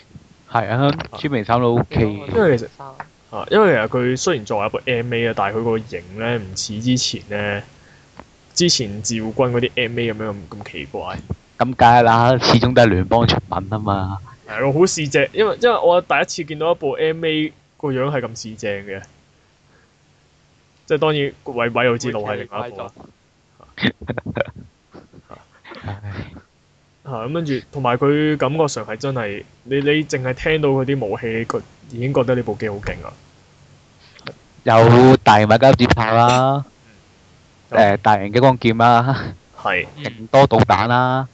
S2: 係啊，朱明三都 OK
S4: Ờ.
S1: 因為其實
S4: 生
S1: 啊，因為其實佢雖然作為一部 M.A. 啊，但係佢個型咧唔似之前咧，之前自護軍嗰啲 M.A. 咁樣咁咁奇怪。
S2: 咁梗係啦，始終都係聯邦出品啊嘛。
S1: 係我好試正，因為因為我第一次見到一部 M.A. 個樣係咁試正嘅，即係當然位位有之路係另外一部啦。
S2: 唉
S1: 嚇咁跟住，同埋佢感覺上係真係你你淨係聽到佢啲武器，佢已經覺得呢部機好勁啦。
S2: 有大型物交接炮啦，
S1: 嗯
S2: 誒大型激光劍啦，
S1: 係
S2: 勁多導彈啦，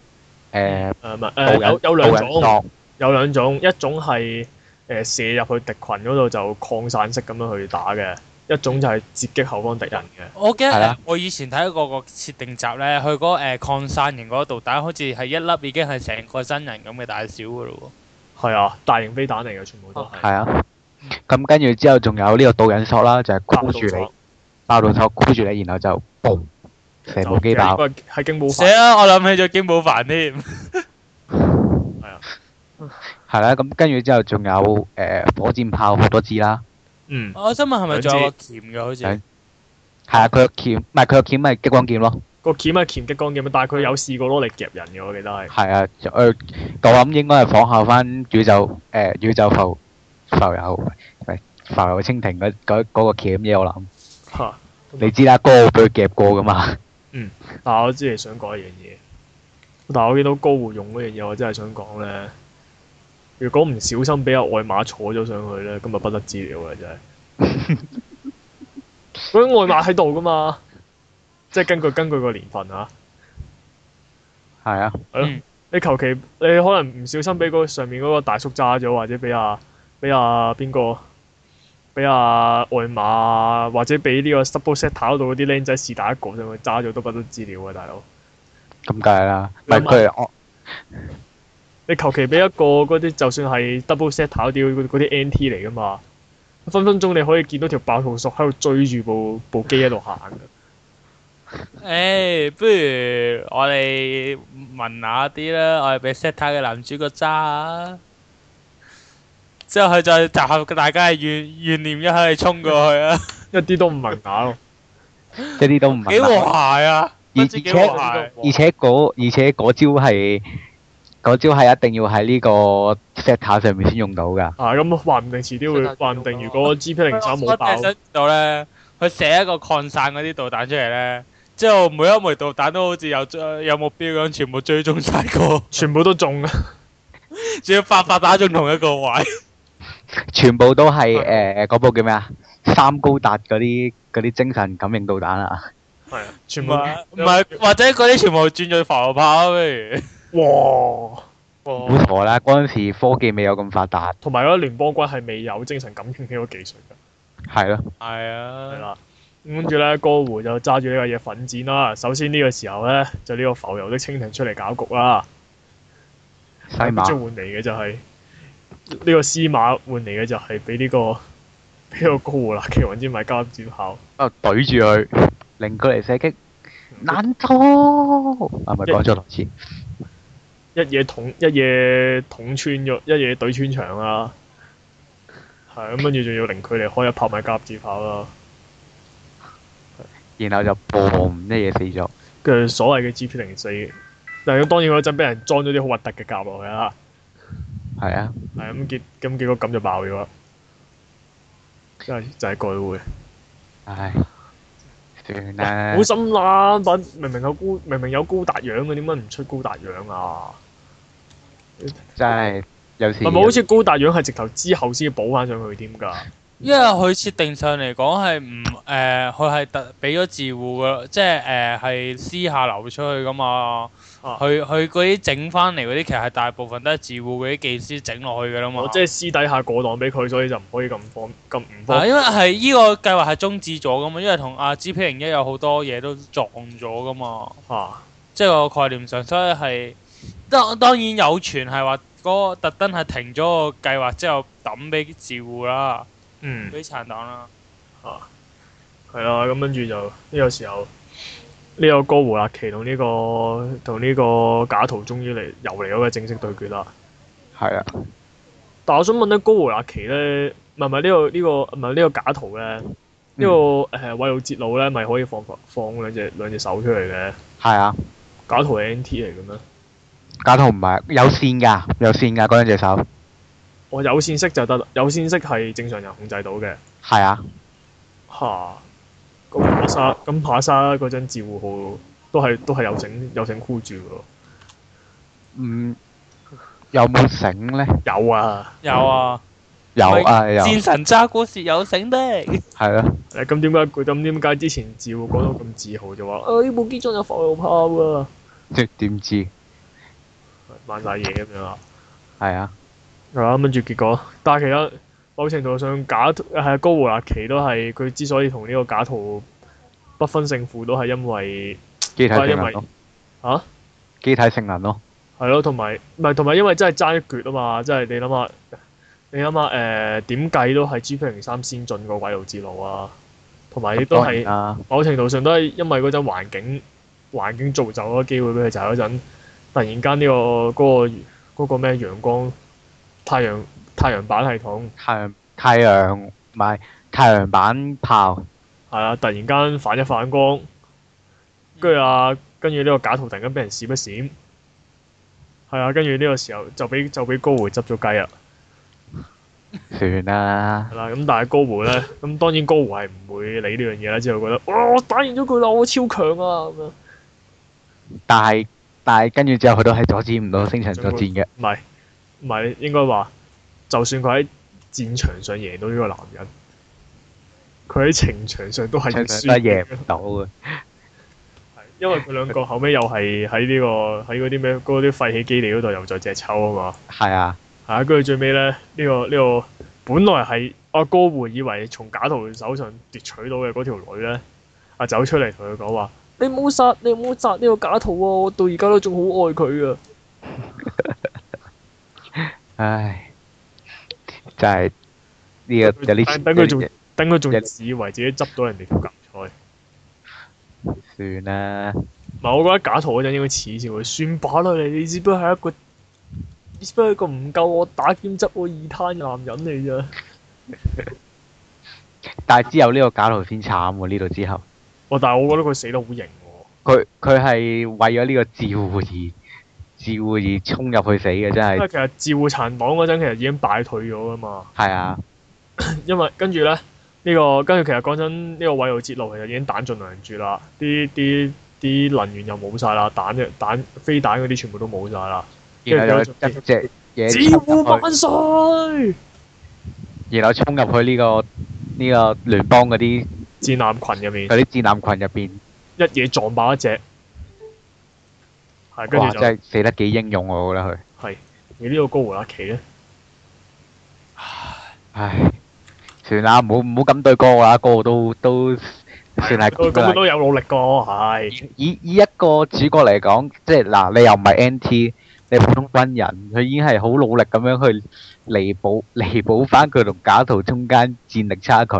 S2: 誒
S1: 誒唔係
S2: 導
S1: 誒有
S2: 引
S1: 有
S2: 導
S1: 兩
S2: 引
S1: 種。
S2: 索
S1: 有兩呃種，一種係誒、射入去敵群嗰度就擴散式咁樣去打嘅，一種就係截擊後方敵人嘅。
S3: 我記
S2: 係
S3: 得
S2: 啦
S3: 我以前睇過個設定集咧，佢嗰個誒擴散型嗰度彈，好似係一粒已經係成個真人咁嘅大小噶咯
S1: 係啊，大型飛彈嚟嘅，全部都
S2: 系
S1: 係。
S2: 啊。咁跟住之後仲有呢個導引索啦，就係
S1: 搭到
S2: 箍住你
S1: 咗，
S2: 爆到索箍住你，然後就嘣射部機
S1: 就
S2: 爆。
S1: 應該係經武
S3: 喎。
S1: 法
S3: 死啦！我諗起咗兼 寶凡添，
S2: 係啦，咁跟住之後仲有诶火箭炮好多支啦。
S1: 嗯，
S3: 我想問係咪仲有個鉗嘅好
S2: 兩
S3: 似？
S2: 係啊，佢個鉗唔係佢個鉗咪激光劍咯。
S1: 個鉗係鉗激光劍，但係佢有試過攞嚟夾人嘅，我記得係。
S2: 係啊，就呃我諗應該係仿效翻宇宙诶宇宙浮浮游喂浮游蜻蜓嗰嗰嗰個鉗嘢，我諗。
S1: 嚇！
S2: 你知啦，哥會俾佢夾過噶嘛。
S1: 但係我知你想講一樣嘢，但係我見到高護用嗰樣嘢，我真係想講咧。如果唔小心俾阿外馬坐咗上去咧，咁就不得之了啦，真係。嗰啲外馬喺度噶嘛，即係根據根據個年份嚇、
S2: 係啊，
S1: 你求其你可能唔小心俾嗰上面嗰個大叔揸咗，或者俾阿俾阿邊個，俾阿外馬，或者俾呢個 double set 跑到嗰啲僆仔是打一個上去揸咗都不得之了啊，大佬！
S2: 咁梗係啦，唔係
S1: 兩萬
S2: 佢我
S1: 你求其俾一個嗰啲，就算係 double set 跑掉嗰嗰啲 NT 嚟噶嘛，分分鐘你可以見到條爆肚索喺度追住部部機喺度行㗎。
S3: 誒，不如我哋問下啲啦，我哋俾 set 嘅男主角揸下，之後佢再集合大家嘅怨怨念一下，衝 過去啊！
S1: 一啲都唔文雅咯。
S2: 一啲都唔
S3: 幾
S2: 明
S3: 和
S2: 白。
S3: 諧啊！
S2: 而
S3: 不
S2: 而
S3: 知幾
S2: 且
S3: 和諧。
S2: 而且嗰而且嗰招係嗰招係一定要喺呢個 set 塔上面先用到噶。
S1: 啊，咁話唔定遲啲會，
S4: 真係
S1: 話唔定如果 GP
S3: 啊
S1: 零三冇爆，
S3: 想到咧，佢射一個擴散嗰啲導彈出嚟咧，之後每一枚導彈都好似有追有目標咁，全部追蹤晒個，
S1: 全部都中啊！
S3: 仲要發發打中同一個位。
S2: 全部都係誒嗰部叫咩啊？三高達嗰啲嗰啲精神感應導彈啊！
S1: 係啊，
S3: 唔
S1: 全部
S3: 係唔係，或者嗰啲全部轉咗浮遊炮啊，不如
S1: 哇！
S2: 唔好傻啦，嗰陣時科技未有咁發達，
S1: 同埋嗰啲聯邦軍係未有精神感應呢個技術㗎，
S2: 係咯，
S3: 係
S1: 係
S3: 啊，
S1: 啦。咁跟住咧，歌湖就揸住呢個嘢奮戰啦。首先呢個時候咧，就呢個浮游的蜻蜓出嚟搞局啦。
S2: 西
S1: 跟住
S2: 馬
S1: 換嚟嘅就係、呢、個司馬換嚟嘅就係俾呢個俾個高胡啦，奇雲之米加尖炮，
S2: 啊懟住佢，令佢嚟射擊，難錯啊！咪講咗多次，
S1: 一嘢捅一嘢捅穿咗，一嘢懟穿牆啦。係咁，跟住仲要零距離開一炮米加尖炮啦。
S2: 然後就嘣一嘢死咗。
S1: 跟住所謂嘅 GP 零四，但係當然嗰陣俾人裝咗啲好核突嘅夾落去啦。
S2: 係啊，
S1: 係咁結咁結果咁就爆咗啦。真係就係蓋會，
S2: 唉，算啦
S1: 好。心啦！反明明有高明明有高達樣嘅，點解唔出高達樣啊？
S2: 真係有時
S1: 係咪好似高達樣係直頭之後先補翻上去添㗎？
S3: 因為佢設定上嚟講係唔誒，佢係特俾咗自護噶，即係誒係私下流出去噶嘛。
S1: 啊
S3: 佢佢嗰啲整翻嚟嗰啲，其實係大部分都係自護嗰啲技師整落去噶啦嘛。
S1: 我即係私底下過檔俾佢，所以就唔可以咁方咁唔
S3: 啊，
S1: 方。
S3: 因為係依個計劃係中止咗噶嘛，因為同阿 G P 零一有好多嘢都撞咗噶嘛，
S1: 嚇
S3: 即係個概念上，所以係當當然有傳係話嗰個特登係停咗個計劃之後抌俾自護啦，
S1: 嗯
S3: 俾殘黨啦，
S1: 係啦，咁跟住就呢、個時候，呢、個哥胡勒奇同呢、個同呢個假圖終於嚟又嚟咗個正式對決啦。
S2: 係啊，
S1: 但我想問咧，高胡納奇咧，唔係唔係呢個呢、個唔係呢個假圖咧，呢、個誒韋魯哲魯咧，咪可以放放兩隻兩隻手出嚟嘅？
S2: 係啊，
S1: 假圖係 NT 嚟嘅咩？
S2: 假圖唔係有線㗎，有線㗎嗰兩隻手，
S1: 我哦有線式就得啦，有線式係正常人控制到嘅。
S2: 係啊，
S1: 嚇！咁帕沙咁帕沙嗰陣自護號都係都係有整有整箍住嘅
S2: 嗯，有冇繩咧？
S1: 喎，有啊！
S3: 有啊，
S2: 有
S3: 喂
S2: 啊，有，
S3: 戰神揸古時有醒的，
S2: 係咯，
S1: 誒咁點解佢咁點解之前自護講到咁自豪就話啊呢部機裝有防護炮啊，
S2: 即係點知？
S1: 扮晒嘢咁樣啊！
S2: 係啊，
S1: 係啊，跟住結果，但係其實某程度上假係高胡納奇都係佢之所以同呢個假圖不分勝負，都係因為
S2: 機體
S1: 都係
S2: 性
S1: 因
S2: 能
S1: 為
S2: 咯，
S1: 啊
S2: 機體性能咯，
S1: 係咯，同埋唔係同埋因為真係爭一橛啊嘛，即係你諗下，你諗下誒點計都係 G P 零三先進個軌道之路啊，同埋亦都
S2: 當然
S1: 係。
S2: 啦，
S1: 某程度上都係因為嗰陣環境環境造就咗機會俾佢，就係嗰陣突然間呢、個嗰、個嗰、個咩陽光太陽太陽板系統
S2: 太陽太陽唔係太陽板炮，
S1: 係啦，突然間反一反光，跟住啊，跟住呢個假圖突然間俾人閃一閃，係啊，跟住呢個時候就俾就俾高回執咗雞啊啦，
S2: 算啦
S1: 係。啦，咁但係高回咧，咁當然高回係唔會理呢樣嘢啦，之後覺得哇我打完咗佢啦，我超強啊咁樣，
S2: 但係但係跟住之後佢都係阻止唔到星塵作戰嘅，
S1: 唔係唔係應該話，就算佢喺戰場上贏到呢個男人，佢喺情場上都係要
S2: 通
S1: 輸
S2: 常都係贏唔到嘅。
S1: 係因為佢兩個後尾又係喺呢個喺嗰啲咩嗰啲廢棄基地嗰度又再隻抽啊嘛，
S2: 係啊，
S1: 係啊，跟住最尾咧呢、呢個呢、個本來係阿高胡以為從假徒手上奪取到嘅嗰條女咧，啊走出嚟同佢講話：你唔好殺，你唔好殺呢個假徒喎、我到而家都仲好愛佢啊！
S2: 唉，真係呢個有啲
S1: 等佢仲
S2: 有啲
S1: 等佢仲
S2: 人
S1: 自以為自己執到人哋條芥菜。
S2: 算啦。
S1: 唔係，我覺得假圖嗰陣應該恥笑佢，算把啦你，你只不過係一個，你只不過係一個唔夠我打兼執我二攤嘅男人嚟咋。
S2: 但係之後呢個假圖先慘喎，呢度之後
S1: 哇！但係我覺得佢死得好型喎，
S2: 佢佢係為咗呢個照而照而衝入去死嘅，真
S1: 因為
S2: 係
S1: 其實自護殘黨嗰陣其實已經敗退咗噶嘛，
S2: 係啊，
S1: 因為跟住咧呢、呢個跟住其實講真，呢、個韋路捷路其實已經彈盡糧絕啦，啲啲啲能源又冇晒啦，彈嘅彈飛彈嗰啲全部都冇晒啦，
S2: 然後有
S1: 跟住佢
S2: 一隻嘢
S1: 自
S2: 衝
S1: 護
S2: 入去。
S1: 萬歲！
S2: 然後衝入去呢、個呢、個聯邦嗰啲
S1: 戰艦群入面
S2: 嗰啲戰艦群入邊，
S1: 一嘢撞爆一隻，係跟
S2: 哇！
S1: 住就。
S2: 真係死得幾英勇喎我覺得佢。
S1: 係，你呢個高胡拉奇咧，
S2: 唉，算啦，唔好唔好咁對哥啦，哥都都算係
S1: 佢咁
S2: 咁㗎
S1: 佢
S2: 啦。
S1: 都有努力過，係
S2: 以以一個主角嚟講，即係嗱，你又唔係 NT，你普通軍人，佢已經係好努力咁樣去彌補 彌補翻佢同假圖中間戰力差距。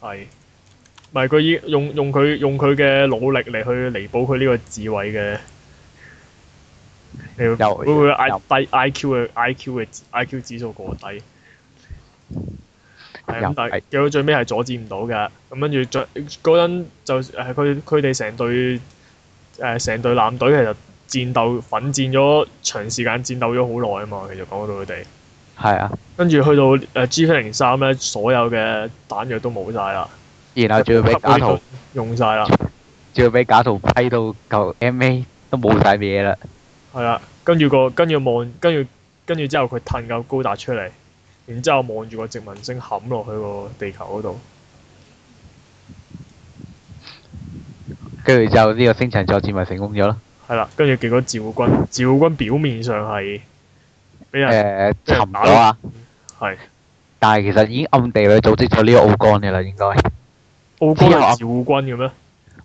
S1: 係，唔係佢以用用佢用佢嘅努力嚟去彌補佢呢個智慧嘅，你會
S2: 又
S1: 會唔會 I
S2: 又
S1: 低 I Q 嘅 I Q 嘅 I Q 指數過低？係
S2: 又
S1: 咁，但係
S2: 係
S1: 結果最尾係阻止唔到㗎。咁跟住最嗰陣就誒佢佢哋成隊誒成隊艦隊其實戰鬥奮戰咗長時間戰鬥咗好耐啊嘛，其實講到佢哋。
S2: 係啊，
S1: 跟住去到誒 G 零三咧，所有嘅彈藥都冇晒啦，
S2: 然後仲要俾 假圖，
S1: 用晒啦，
S2: 仲要俾假圖批到嚿 MA 都冇晒嘢啦。
S1: 係啦。跟住個跟住望，跟住跟住之後佢褪嚿高達出嚟，然之後望住個殖民星冚落去個地球嗰度，
S2: 跟住就呢個星塵作戰咪成功咗咯。
S1: 係啦。跟住結果自護軍自護軍表面上係俾
S2: 誒、
S1: 人
S2: 沉咗啊！
S1: 係
S2: 但係其實已經暗地裏組織咗呢個奧幹嘅啦，應該。
S1: 奧軍
S2: 之後啊
S1: 係自護軍嘅咩？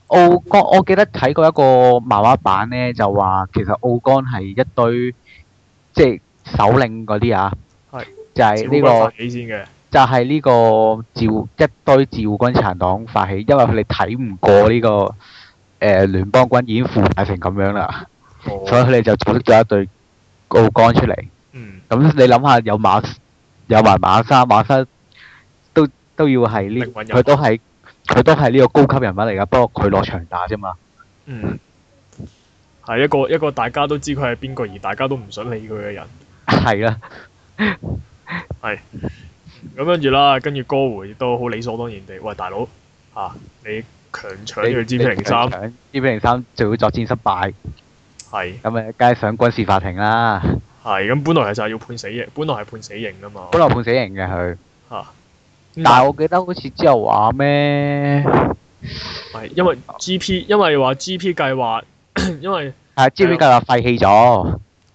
S2: 奧干，我記得睇過一個漫畫版咧，就話其實奧干係一堆即係首領嗰啲啊，
S1: 係
S2: 就
S1: 自
S2: 係
S1: 護
S2: 呢、
S1: 軍發
S2: 個
S1: 起先嘅，
S2: 就係呢個召一堆召軍殘黨發起，因為佢哋睇唔過呢、個誒、呃、聯邦軍已經腐敗成咁樣啦，所以
S1: 哦，
S2: 佢哋就組織咗一隊奧干出嚟。
S1: 嗯，
S2: 咁你諗下，有馬有埋馬沙，馬沙都都要係呢
S1: 靈，魂人物
S2: 佢都係佢都係呢個高級人物嚟噶，不過佢落場打啫嘛。
S1: 嗯，係一個一個大家都知佢係邊個，而大家都唔想理佢嘅人。
S2: 係啦，
S1: 咁跟住啦，跟住哥回都好理所當然地，喂大佬嚇、啊你強搶
S2: 你
S1: 佢 G P 零三，
S2: ，G P 零三最會作戰失敗，
S1: 係
S2: 咁啊，梗係上軍事法庭啦。
S1: 係咁，本來就係要判死刑，本來係判死刑噶嘛
S2: 本來判死刑嘅佢，
S1: 嚇。
S2: 但
S1: 咁
S2: 係我記得好似之後話咩？
S1: 係因為 G P，因為話 G P 計劃， 因為
S2: 啊係 G P 計劃廢棄咗，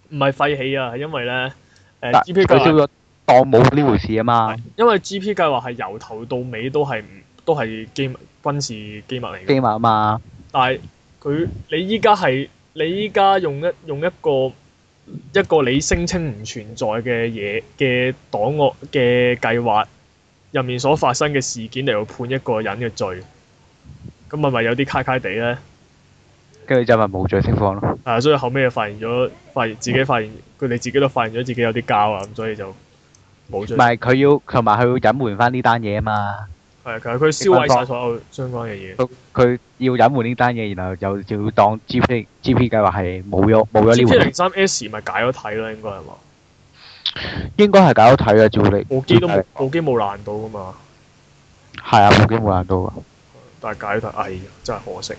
S1: 唔係廢棄啊，係因為咧誒、
S2: 但
S1: G P 計
S2: 取消
S1: 劃
S2: 咗當冇呢回事啊嘛，
S1: 因為 G.P. 計劃係由頭到尾都係唔都係機密軍事機密嚟嘅
S2: 機。密啊嘛，
S1: 但係佢你依家係你依家用一用一個一個你聲稱唔存在嘅嘢嘅檔案嘅計劃入面所發生嘅事件嚟到判一個人嘅罪，咁係咪有啲卡卡地咧？
S2: 跟住就咪無罪釋放咯。
S1: 啊，所以後尾就發現咗，發現自己發現佢哋自己都發現咗自己有啲膠啊，咁所以就冇
S2: 唔
S1: 罪。
S2: 係佢要同埋佢要隱瞞翻呢單嘢啊嘛，
S1: 係佢佢燒毀晒所有相關嘅嘢。
S2: 佢要隱瞞呢單嘢，然後又就要當 G P G P 計劃係冇咗冇咗呢
S1: G.P.
S2: 回
S1: 零
S2: 事，
S1: 三 S 咪解咗體啦，應該係嘛？
S2: 應該係搞睇嘅啊照你。
S1: 部機都冇部機冇爛到噶嘛，
S2: 係啊，冇機冇難度啊，
S1: 但係解咗體，哎呀，真係可惜。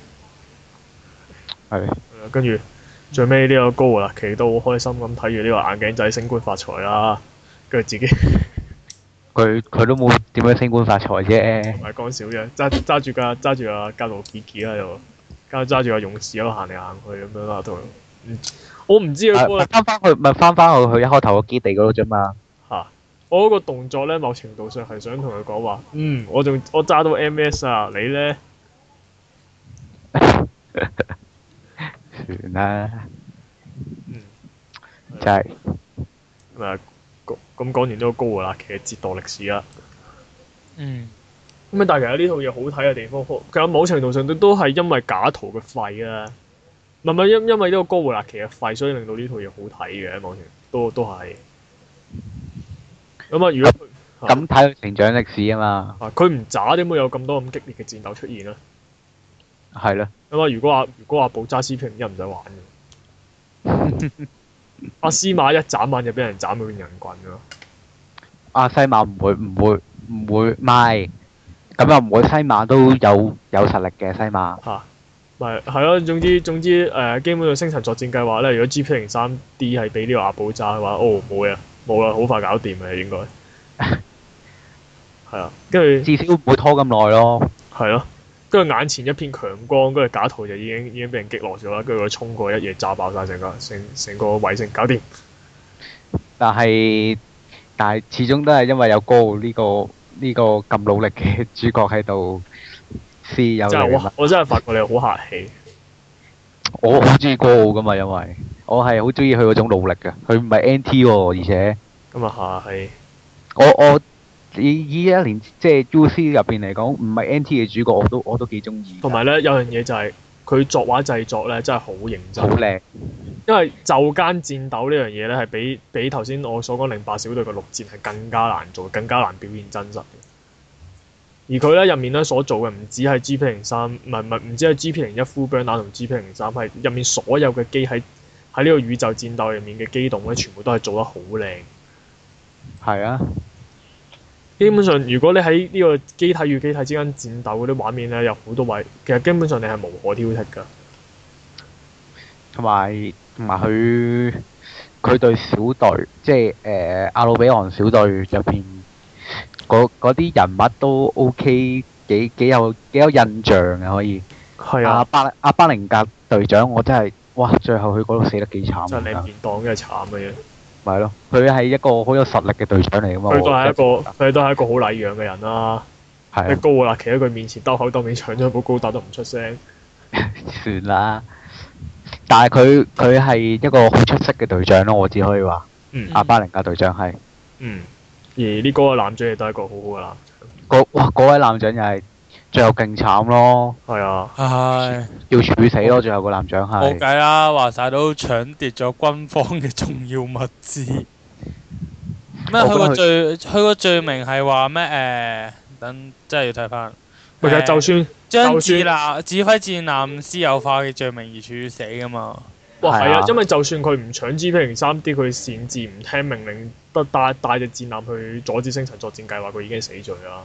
S2: 係。
S1: 係啦啊跟住最尾呢個高啦，期到好開心咁睇住呢個眼鏡仔升官發財啦，跟住自己
S2: 佢佢都冇點樣升官發財啫
S1: 唔。係講少嘢，揸揸住架揸住架格魯傑傑喺度，跟住揸住架勇士喺度行嚟行去咁樣啦，同嗯我唔知佢嗰個
S2: 咪翻翻去咪翻翻去佢一開頭個基地嗰度啫嘛。
S1: 嚇，我嗰個動作咧，某程度上係想同佢講話，嗯，我仲我揸到 MS 啊，你咧
S2: 算啦，
S1: 嗯
S2: 真係
S1: 咁啊咁咁講完呢個高㗎啦，其實折墮歷史啊啦。
S3: 嗯，
S1: 咁啊，但係其實呢套嘢好睇嘅地方，好其實某程度上都都係因為假圖嘅廢啊，唔係唔係因因為呢個高胡納奇嘅廢，所以令到呢套嘢好睇嘅，某程都都係。咁啊，如果佢
S2: 咁睇佢成長歷史啊嘛，
S1: 啊佢唔渣，點會有咁多咁激烈嘅戰鬥出現咧？啊
S2: 係咯，
S1: 咁啊，如果阿如果阿布揸斯平一唔使玩嘅，阿司馬一斬眼就俾人斬到變人棍㗎啦。
S2: 阿西馬唔會唔會唔會咪，咁又唔會西馬都有有實力嘅西馬，
S1: 嚇，啊咪係咯，總之總之誒、呃基本上星塵作戰計劃咧，如果 G P 零三 D 係俾呢個阿寶炸嘅話，哦冇嘢，冇啦，好快搞掂嘅應該。係啊，跟住
S2: 至少唔會拖咁耐咯。
S1: 係咯，跟住眼前一片強光，跟住假圖就已經已經俾人擊落咗啦，跟住佢衝過一夜炸爆晒成個成成個衛星，搞掂。
S2: 但係但係始終都係因為有高傲呢個呢個咁努力嘅主角喺度，先有
S1: 真係
S2: 力
S1: 我我真係發覺你好客氣，
S2: 我好中意高傲噶嘛，因為我係好中意佢嗰種努力嘅，佢唔係 NT 喎，而且
S1: 咁啊係
S2: 我我以以一年即係 UC 入邊嚟講，唔係 NT 嘅主角，我都我都幾中意。
S1: 同埋咧有樣嘢就係、佢作畫製作咧真係好認真
S2: 好。靚，
S1: 因為就間戰鬥呢樣嘢咧，係比比頭先我所講零八小隊嘅陸戰係更加難做，更加難表現真實嘅。而佢咧入面咧所做嘅唔止係 G P 零三，唔係唔係唔止係 G P 零一 Full Burner 同 G P 零三，係入面所有嘅機喺喺呢個宇宙戰鬥入面嘅機動咧，全部都係做得好靚。
S2: 係啊，
S1: 基本上，如果你喺呢個機體與機體之間戰鬥嗰啲畫面咧，有好多位，其實基本上你係無可挑剔㗎。
S2: 同埋同埋佢佢對小隊，即係誒、呃阿魯比昂小隊入邊嗰嗰啲人物都 OK，幾幾有幾有印象嘅可以。
S1: 係
S2: 阿
S1: 啊，
S2: 巴阿巴寧格隊長，我真係哇！最後佢嗰度死得幾慘啊
S1: 真係
S2: 㗎
S1: 你便當嘅慘嘅嘢。
S2: 咪係咯，佢係一個好有實力嘅隊長嚟噶嘛。
S1: 佢都係一
S2: 我
S1: 個佢都係一個好禮讓嘅人啦、
S2: 係
S1: 你
S2: 啊，
S1: 高噶啦，企喺佢面前兜口兜面搶咗部高達都唔出聲，
S2: 算啦。但係佢佢係一個好出色嘅隊長咯，我只可以話
S1: 嗯
S2: 阿巴寧格隊長係
S1: 嗯。而呢個艦長亦都係一個好好嘅艦
S2: 嗰哇嗰位艦長又係最後勁慘咯，
S1: 長，係啊，
S3: 唉，
S2: 要處死咯，最後個艦長
S3: 冇
S2: 係
S3: 計啦，話晒都搶奪咗軍方嘅重要物資。
S2: 我覺得
S3: 咩？佢個
S2: 佢
S3: 罪，佢個罪名係話咩？誒，等真係要睇翻。
S1: 咪就係
S3: 誒
S1: 就算
S3: 將
S1: 就算
S3: 戰艦指揮戰艦私有化嘅罪名而處死噶嘛？
S1: 哇係
S2: 係
S1: 啊
S2: 啊，
S1: 因為就算佢唔搶 G P 零三 D，佢擅自唔聽命令，得帶帶隻戰艦去阻止星塵作戰計劃，佢已經死罪啦。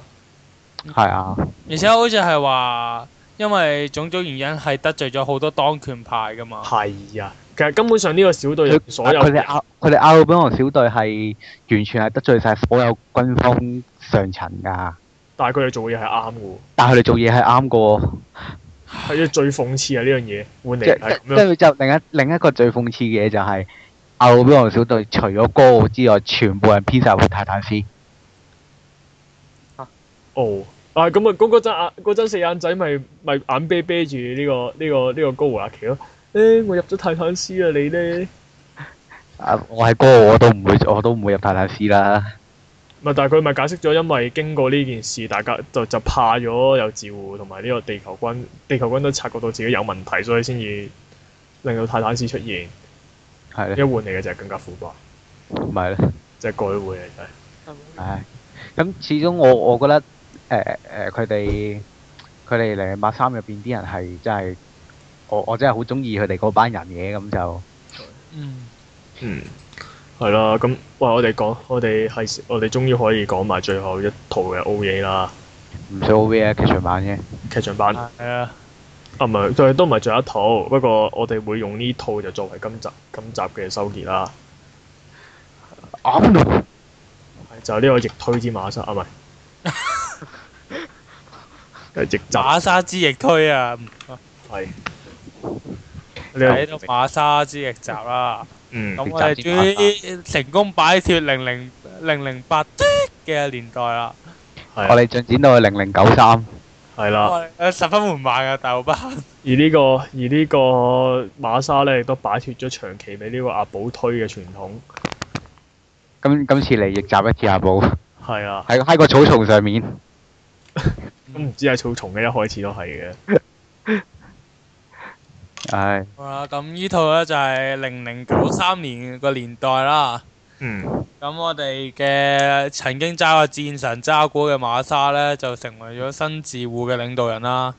S2: 係啊，
S3: 而且好似係話，因為種種原因係得罪咗好多當權派噶嘛。
S1: 係啊，其實根本上呢個小隊入
S2: 佢
S1: 面所有
S2: 啊佢哋阿佢哋阿魯比昂小隊係完全係得罪晒所有軍方上層㗎，
S1: 但係佢哋做嘅嘢係啱嘅喎，
S2: 但係佢哋做嘢係啱過。
S1: 係最諷刺啊呢樣嘢，換
S2: 即
S1: 嚟係咁
S2: 即
S1: 樣，
S2: 即就另一另一個最諷刺嘅嘢就係、 《彪狼小隊》除咗歌奧之外，全部人編晒部泰坦斯。
S1: 哦，啊咁啊，嗰嗰陣眼嗰陣四眼仔咪咪眼啤啤住呢個呢個呢個高胡阿奇咯。誒，我入咗泰坦斯啊，你咧？
S2: 啊！我係歌我都唔會，我都唔會入泰坦斯啦。
S1: 咪但係佢咪解釋咗，因為經過呢件事，大家就就怕咗有自護同埋呢個地球軍，地球軍都察覺到自己有問題，所以先至令到泰坦斯出現。
S2: 係
S1: 一
S2: 咧，
S1: 換嚟嘅就係更加腐敗，
S2: 唔係咧。
S1: 即係改會嚟嘅。
S2: 唉，咁始終我我覺得誒誒佢哋佢哋零八三入邊啲人係真係我我真係好中意佢哋嗰班人嘅咁就
S3: 嗯，
S1: 嗯，係啦，咁喂，我哋講，我哋係時我哋終於可以講埋最後一套嘅 O A 啦，
S2: 唔需 O V 啊劇場版啫。
S1: 劇場版啊，
S3: 係啊，
S1: 唔係，都都唔係最後一套，不過我哋會用呢套就作為今集今集嘅收結啦，
S2: 啱咯，
S1: 就係呢個逆推之馬殺啊，唔係，係逆襲
S3: 馬沙之翼推啊，唔
S1: 係
S3: 睇到
S1: 呢個
S3: 馬沙之翼集啦。
S1: 嗯
S3: 咁我哋
S2: 逆
S3: 終
S2: 襲
S3: 於成功擺脱零零零零八嘅年代啦。
S2: 我
S1: 係
S2: 哋進展到去零零九三，
S1: 係啦。
S3: 我哋十分緩慢啊，大老闆。
S1: 而呢、個而呢個馬沙咧，亦都擺脱咗長期俾呢個阿寶推嘅傳統。
S2: 咁今次嚟逆襲一次下步，
S1: 係啊，
S2: 喺喺個草叢上面，
S1: 咁唔知係草叢嘅一開始都係嘅。
S2: 唉，
S3: 好啦，啊咁呢套咧就係零零九三年個年代啦。
S1: 嗯，
S3: 咁我哋嘅曾經揸過戰神揸鼓嘅馬沙呢，就成為咗新自護嘅領導人啦。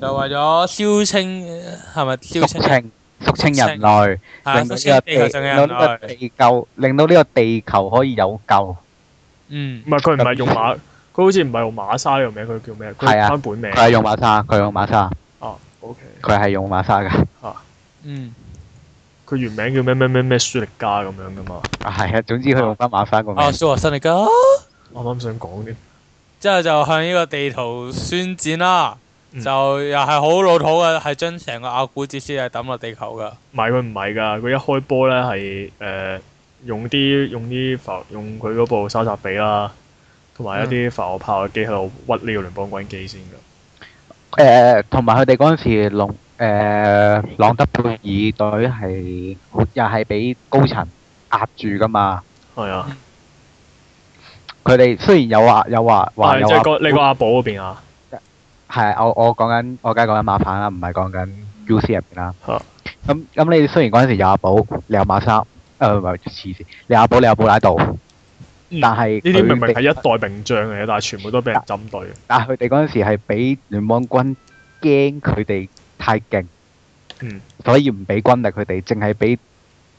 S3: 就為咗消清，呃係咪消
S2: 肅
S3: 清？
S2: 清肅清人類，
S3: 係啊，
S2: 令
S3: 消
S2: 到
S3: 清
S2: 呢個
S3: 地球
S2: 地
S3: 上
S2: 令
S3: 嘅
S2: 到
S3: 人
S2: 呢個
S3: 類。
S2: 地球令到呢個地球可以有救。
S3: 嗯
S1: 唔，係佢唔係用馬，佢好似唔係用馬沙呢個名，佢叫咩？佢
S2: 係啊
S1: 翻本名。
S2: 佢係用馬莎，佢係用馬莎，
S1: 啊，OK。
S2: 佢係用馬莎㗎。
S3: 嗯，
S1: 佢原名叫咩咩咩咩舒力加咁樣噶嘛？
S2: 係啊，總之佢用翻馬莎個名
S1: 哦
S3: 啊，。蘇華新力噶。
S1: 我啱啱想講啲，
S3: 之後就向呢個地圖宣戰啦。
S1: 嗯
S3: 就又係好老土嘅，係將成個阿古哲斯係抌落地球噶。
S1: 唔係佢唔係㗎，佢一開波咧係誒用啲用啲浮用佢嗰部沙薩比啦，同埋一啲浮炮炮嘅機喺度屈呢個聯邦軍機先㗎。
S2: 誒，同埋佢哋嗰陣時，朗誒朗德貝爾隊係又係俾高層壓住噶嘛。
S1: 係啊。
S2: 佢哋雖然有話有話話
S1: 係
S2: 有
S1: 即
S2: 話
S1: 係個哦你個阿寶嗰邊啊，
S2: 係我我講緊我梗係講緊馬棒啦，唔係講緊 U C 入邊啦
S1: 嚇。
S2: 咁咁你雖然嗰陣時有阿寶，你有馬莎，呃誒唔係黐線，你有阿寶你有布拉道，
S1: 嗯
S2: 但係
S1: 呢啲
S2: 佢
S1: 明明係
S2: 哋
S1: 一代名將嚟嘅，但係全部都俾人針對。
S2: 但係佢哋嗰陣時係俾聯邦軍驚佢哋太勁，
S1: 嗯，
S2: 所以唔俾軍力佢哋，淨係俾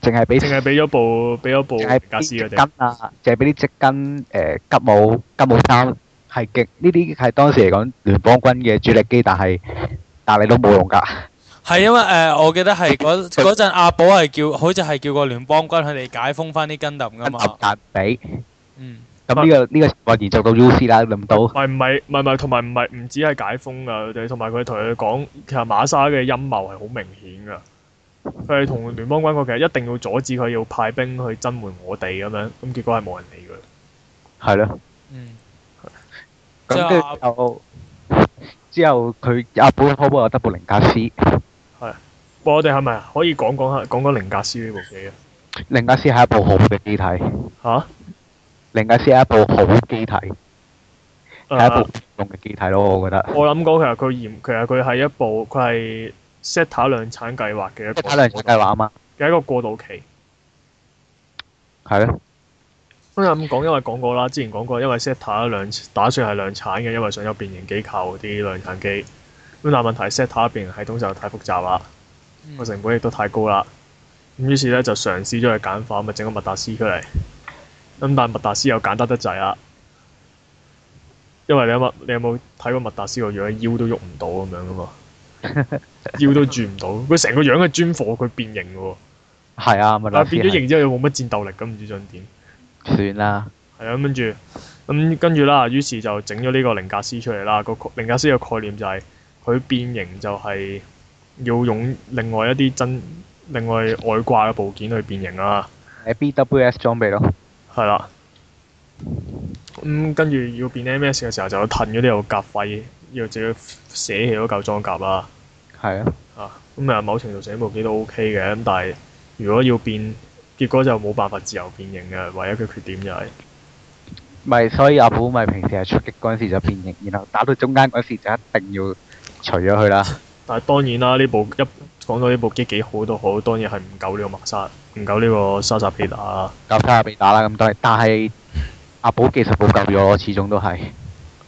S2: 淨係俾
S1: 淨係俾咗部俾咗部
S2: 淨係
S1: 加斯
S2: 啲
S1: 嗰
S2: 織
S1: 哋。
S2: 巾啊，淨係俾啲織巾誒吉姆吉姆衫係極呢啲係當時嚟講聯邦軍嘅主力機，但係但係你都冇用
S1: 啊
S2: 㗎，
S3: 係因為誒、呃我記得係嗰嗰陣阿寶係叫，好似係叫個聯邦軍佢哋解封翻啲根林 噶
S2: 跟
S3: 嘛
S2: 揼。彈俾
S3: 嗯，
S2: 咁呢個呢個情況延續到 U C 啦，諗
S1: 唔
S2: 到
S1: 係唔係唔係唔係，同埋唔係唔止係解封啊㗎，佢哋同埋佢同佢講，其實馬沙嘅陰謀係好明顯㗎。佢係同聯邦軍講，其實一定要阻止佢要派兵去增援我哋咁樣，咁結果係冇人理佢。
S2: 係咯，
S3: 嗯，即
S2: 咁
S3: 係
S2: 跟住
S3: 阿
S2: 就之後佢阿本可波有 double 零格斯，
S1: 喂，我哋係咪可以講講下講講零格斯呢部機啊？啊
S2: 零格斯係一部好嘅機體，
S1: 嚇？
S2: 零格斯係一部好機體，係一
S1: 誒
S2: 部用嘅機體咯，我覺得。
S1: 呃我諗講其實佢嚴，其實佢係一部佢係 SETA 量產計劃嘅一個
S2: 即係睇量產計劃啊嘛，
S1: 嘅一個過渡期。
S2: 係咯，
S1: 咁就咁講，因為講過啦，之前講過，因為 SETA 量打算係量產嘅，因為想有變形機構啲量產機。咁但係問題 SETA 變形系統就太複雜啦，
S3: 嗯
S1: 個成本亦都太高啦。咁於是咧就嘗試咗去簡化，咪整個麥達斯出嚟。咁但係麥達斯又簡單得滯啦，因為你有冇你有冇睇過麥達斯個樣，腰都喐唔到咁樣噶嘛，腰都轉唔到，佢成個樣係專貨佢變形嘅喎，
S2: 係啊，咪
S1: 但
S2: 諗
S1: 係變咗形之後又冇乜戰鬥力咁，唔知想點。
S2: 算啦，
S1: 係啊，咁跟住咁跟住啦，於是就整咗呢個靈格斯出嚟啦。個概靈格斯嘅概念就係、佢變形就係要用另外一啲真另外外掛嘅部件去變形啦。
S2: 誒 BWS 裝備咯，
S1: 係啦。咁、跟住要變 MS 嘅時候，就要褪咗呢嚿甲費，要就要捨棄嗰嚿裝甲啦。
S2: 係啊，
S1: 啊，咁啊某程度上部機都 OK 嘅，咁但係如果要變，結果就冇辦法自由變形嘅，唯一嘅缺點就係、
S2: 咪所以阿寶咪平時係出擊嗰陣時就變形，然後打到中間嗰時就一定要除咗佢啦。
S1: 但係當然啦，呢部一講到呢部機幾好都好，當然係唔夠呢個麥沙，唔夠呢個沙薩皮達啊。
S2: 教睇下被打啦咁多，但係阿寶技術補救咗咯，始終都係，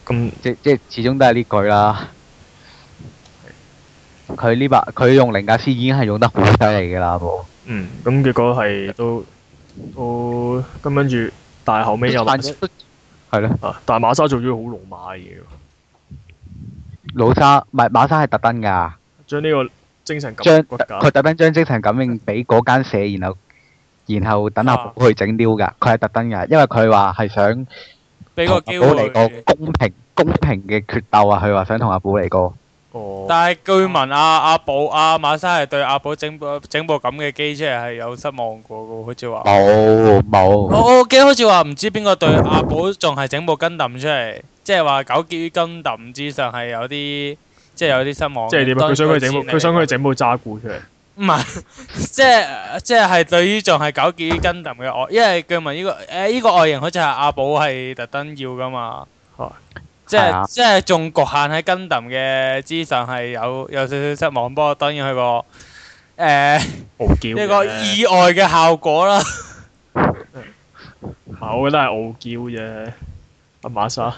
S1: 咁
S2: 即即始終都係呢句啦。佢呢把佢用靈格斯已經係用得好犀利嘅啦，阿寶。
S1: 嗯，咁結果係都都咁跟住，但係後尾又
S2: 但係都係咯，
S1: 啊，但係馬沙做咗好龍馬嘅嘢喎，
S2: 老沙唔係馬沙係特登㗎，
S1: 將呢個精神感
S2: 將
S1: 骨架
S2: 佢特登將精神感應俾嗰間社，然後然後等阿
S3: 啊
S2: 寶去整撩㗎，佢係特登㗎，因為佢話係想
S3: 俾
S2: 同
S3: 個
S2: 阿
S3: 機
S2: 寶嚟
S3: 會
S2: 個。公平公平嘅決鬥啊！佢話想同阿寶嚟個。
S1: 哦，
S3: 但係據聞阿阿寶阿馬生係對阿寶整部整部咁嘅機出嚟係有失望過嘅喎，好似話。
S2: 冇冇，
S3: 我我記得好似話唔知邊個對阿寶仲係整部跟揼出嚟，即係話糾結於跟揼之上係有啲即係有啲失望。
S1: 即係點啊？佢想佢整部，佢想佢整部渣古出嚟。
S3: 唔係，即係即係係對於仲係糾結於跟揼嘅外，因為據聞呢個誒呢個外形好似係阿寶係特登要噶嘛
S1: 係。
S3: 即
S2: 係啊
S3: 係即係仲局限喺跟揼嘅之上係有有少少失望，不過當然佢個誒
S1: 傲嬌嘅
S3: 一個意外嘅效果啦。
S1: 啊我覺得係傲嬌啫。阿馬莎，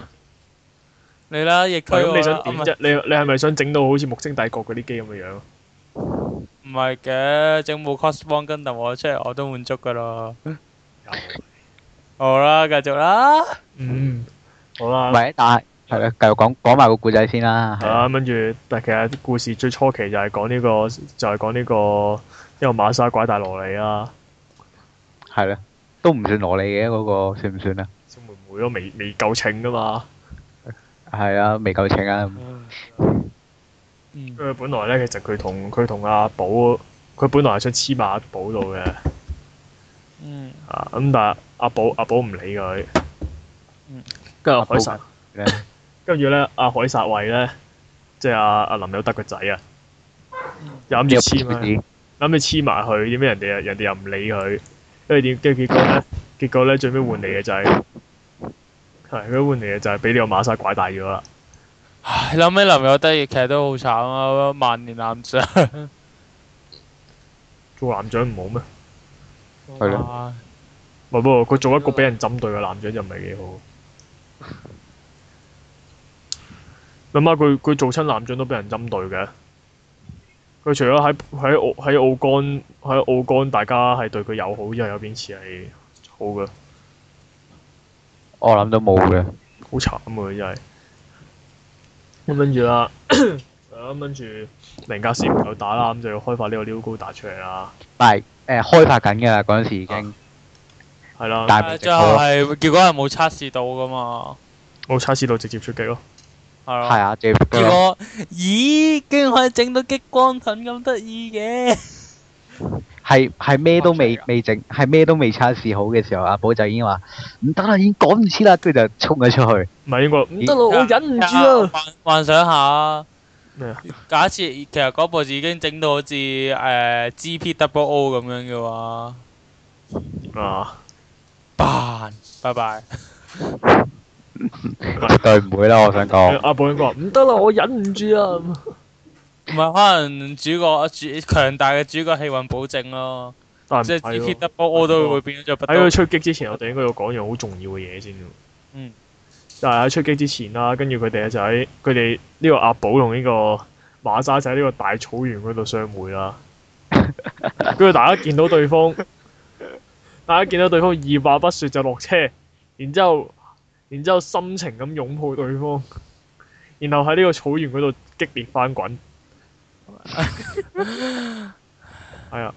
S3: 你啦，亦推
S1: 喂咁
S3: 我
S1: 你想點
S3: 啦啊唔係
S1: 啫？你你係咪想整到好似木星帝國嗰啲機咁嘅樣？
S3: 唔係嘅，整部 cos 幫跟揼我出嚟我都滿足 噶啦。好啦，繼續啦。
S1: 嗯，好啦
S2: 唔。係，但係係啦，繼續講講埋個故仔先啦。係
S1: 啊，跟住，但其實故事最初期就係講呢、個，就係講呢個一個馬莎拐大羅啊莉啦，
S2: 係啦，都唔算羅莉嘅嗰、個，算唔算啊？
S1: 小妹妹都未未夠稱噶嘛。
S2: 係啊，未夠稱啊！
S3: 嗯
S1: 佢本來咧，其實佢同佢同阿寶，佢本來係想黐埋阿寶度嘅，
S3: 嗯
S1: 啊咁但係阿寶阿寶唔理佢
S3: 嗯，
S1: 跟住
S2: 阿寶
S1: 海撒，
S2: 咧
S1: 跟住咧阿海撒慧咧，即係阿阿林有德個仔啊，又諗住黐埋。諗住黐埋佢，點解人哋又啊人哋又唔理佢？跟住點？跟住結果咧，結果咧最尾換嚟嘅就係、係佢換嚟嘅就係俾呢個馬沙拐大咗啦。
S3: 唉，諗起林有德亦其實都好慘啊，萬年男仔。
S1: 做男長唔好咩？
S2: 係咯
S3: 啊
S1: 唔不過佢做一個俾人針對嘅男長就唔係幾好。諗下佢佢做親男長都俾人針對嘅。佢除咗喺喺澳喺澳幹喺澳幹大家係對佢友好之外，有邊次係好嘅？
S2: 我諗都冇嘅。
S1: 好慘啊！真係。咁跟住 啦，咁跟住零格斯唔夠打啦，咁就要開發呢個撩高達出嚟啦。
S2: 但係誒、開發緊㗎啦，嗰陣時已經
S1: 係啦，
S2: 大
S3: 但係
S2: 明直
S3: 最後
S2: 好咯。
S3: 係結果係冇測試到噶嘛，
S1: 我測試到直接出擊咯。
S3: 係
S2: 係
S3: 咯。
S2: 啊，最
S3: 結果咦，竟然可以整到激光盾咁得意嘅，
S2: 係係咩都
S3: 發出嚟
S2: 未
S3: 㗎
S2: 未整，係咩都未測試好嘅時候，阿寶就已經話唔得啦，已經趕唔切啦，跟住就衝咗出去。
S1: 唔係應該唔得咯，
S3: 咦
S1: 我忍唔住啊！
S3: 幻幻想下，
S1: 咩啊？
S3: 假設其實嗰部已經整到好似誒 G P Double O 咁樣嘅話，
S1: 啊，
S3: ban 拜拜。
S2: 絕對唔會啦，我 想講。
S1: 阿寶應該話唔得啦，我忍唔住啊！咁
S3: 唔係可能主角主強大嘅主角氣運保證咯，
S1: 但
S3: 即
S1: 係
S3: 啊係 G
S1: 唔
S3: P
S1: 係喎
S3: Double O 都會變咗不
S1: 喺佢
S3: 得。
S1: 出擊之前，我哋應該要講樣好重要嘅嘢先喎。
S3: 嗯。
S1: 就係喺出擊之前啦，跟住佢哋就喺佢哋呢個阿寶同呢個馬沙仔呢個大草原嗰度相會啦。跟住大家見到對 方，大家見到對方二話不說就落車，然之後，然之後深情咁擁抱對方，然後喺呢個草原嗰度激烈翻 滾。係啊，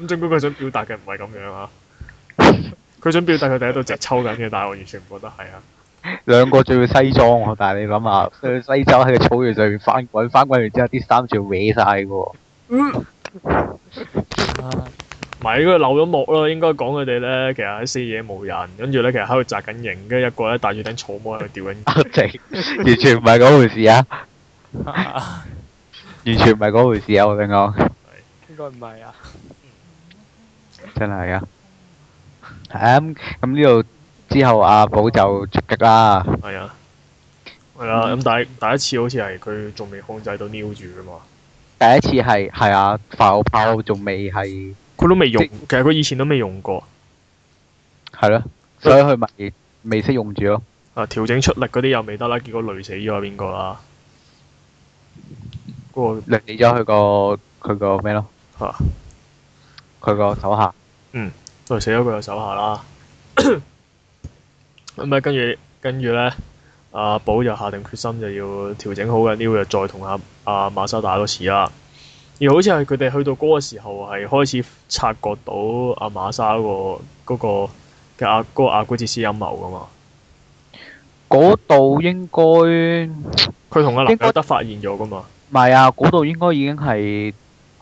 S1: 咁儘管佢想表達嘅唔係咁樣啊。佢想表達佢哋喺度直抽緊嘅，但係我完全唔覺得係啊。
S2: 兩個仲要西裝喎，但係你諗下，佢西裝喺個草原上面翻滾， 翻滾完之後啲衫仲要歪晒嘅喎。
S3: 啊
S1: 係應該漏咗幕咯，應該講佢哋咧，其實喺四野無人，跟住咧其實喺度扎緊營，跟住一個咧戴住頂草帽喺度吊緊。
S2: 完全唔係嗰回事啊！完全唔係嗰回事啊！我想講，
S4: 應該唔係啊。
S2: 真係啊！係啊咁咁呢度之後，阿寶就出擊啦。
S1: 係啊，係啦，咁但係第一次好似係佢仲未控制到 New 住噶嘛，
S2: 第一次係係啊，浮炮仲未係
S1: 佢都未用，
S2: 即
S1: 其實佢以前都未用過。
S2: 係咯，所以佢咪未識用住咯。
S1: 啊調整出力嗰啲又未得啦，結果累死咗啊邊個啦？嗰、
S2: 掠死咗佢個佢個咩咯？
S1: 個啊
S2: 佢個手下
S1: 累死咗佢嘅手下啦。 咁啊，跟住跟住咧，阿寶就下定決心就要調整好嘅 New 就再同阿阿馬修打多次啦。而好似係佢哋去到嗰個時候係開始察覺到阿馬沙嗰個嗰、個嘅阿嗰個阿古哲斯陰謀噶嘛。
S2: 嗰度應該唔
S1: 佢同阿林
S2: 應該
S1: 有德發現咗噶嘛。
S2: 係啊，嗰度應該已經係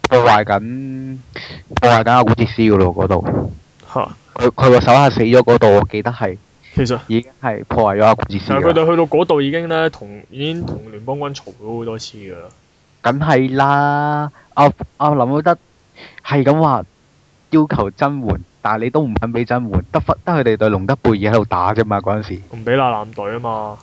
S2: 破壞緊破壞緊阿古哲斯噶咯，嗰度
S1: 嚇，
S2: 佢佢個手下死咗嗰度，我記得係
S1: 其實。
S2: 已經係破壞咗阿古哲斯
S1: 其實佢
S2: 㗎啦
S1: 哋去到嗰度已經咧，同已經同聯邦軍嘈咗好多次㗎啦。
S2: 梗係啦，阿阿林奧德係咁話要求增援，但係你都唔肯俾增援，得忽得佢哋對龍德貝爾喺度打啫嘛嗰陣時。
S1: 唔俾啦艦隊啊嘛，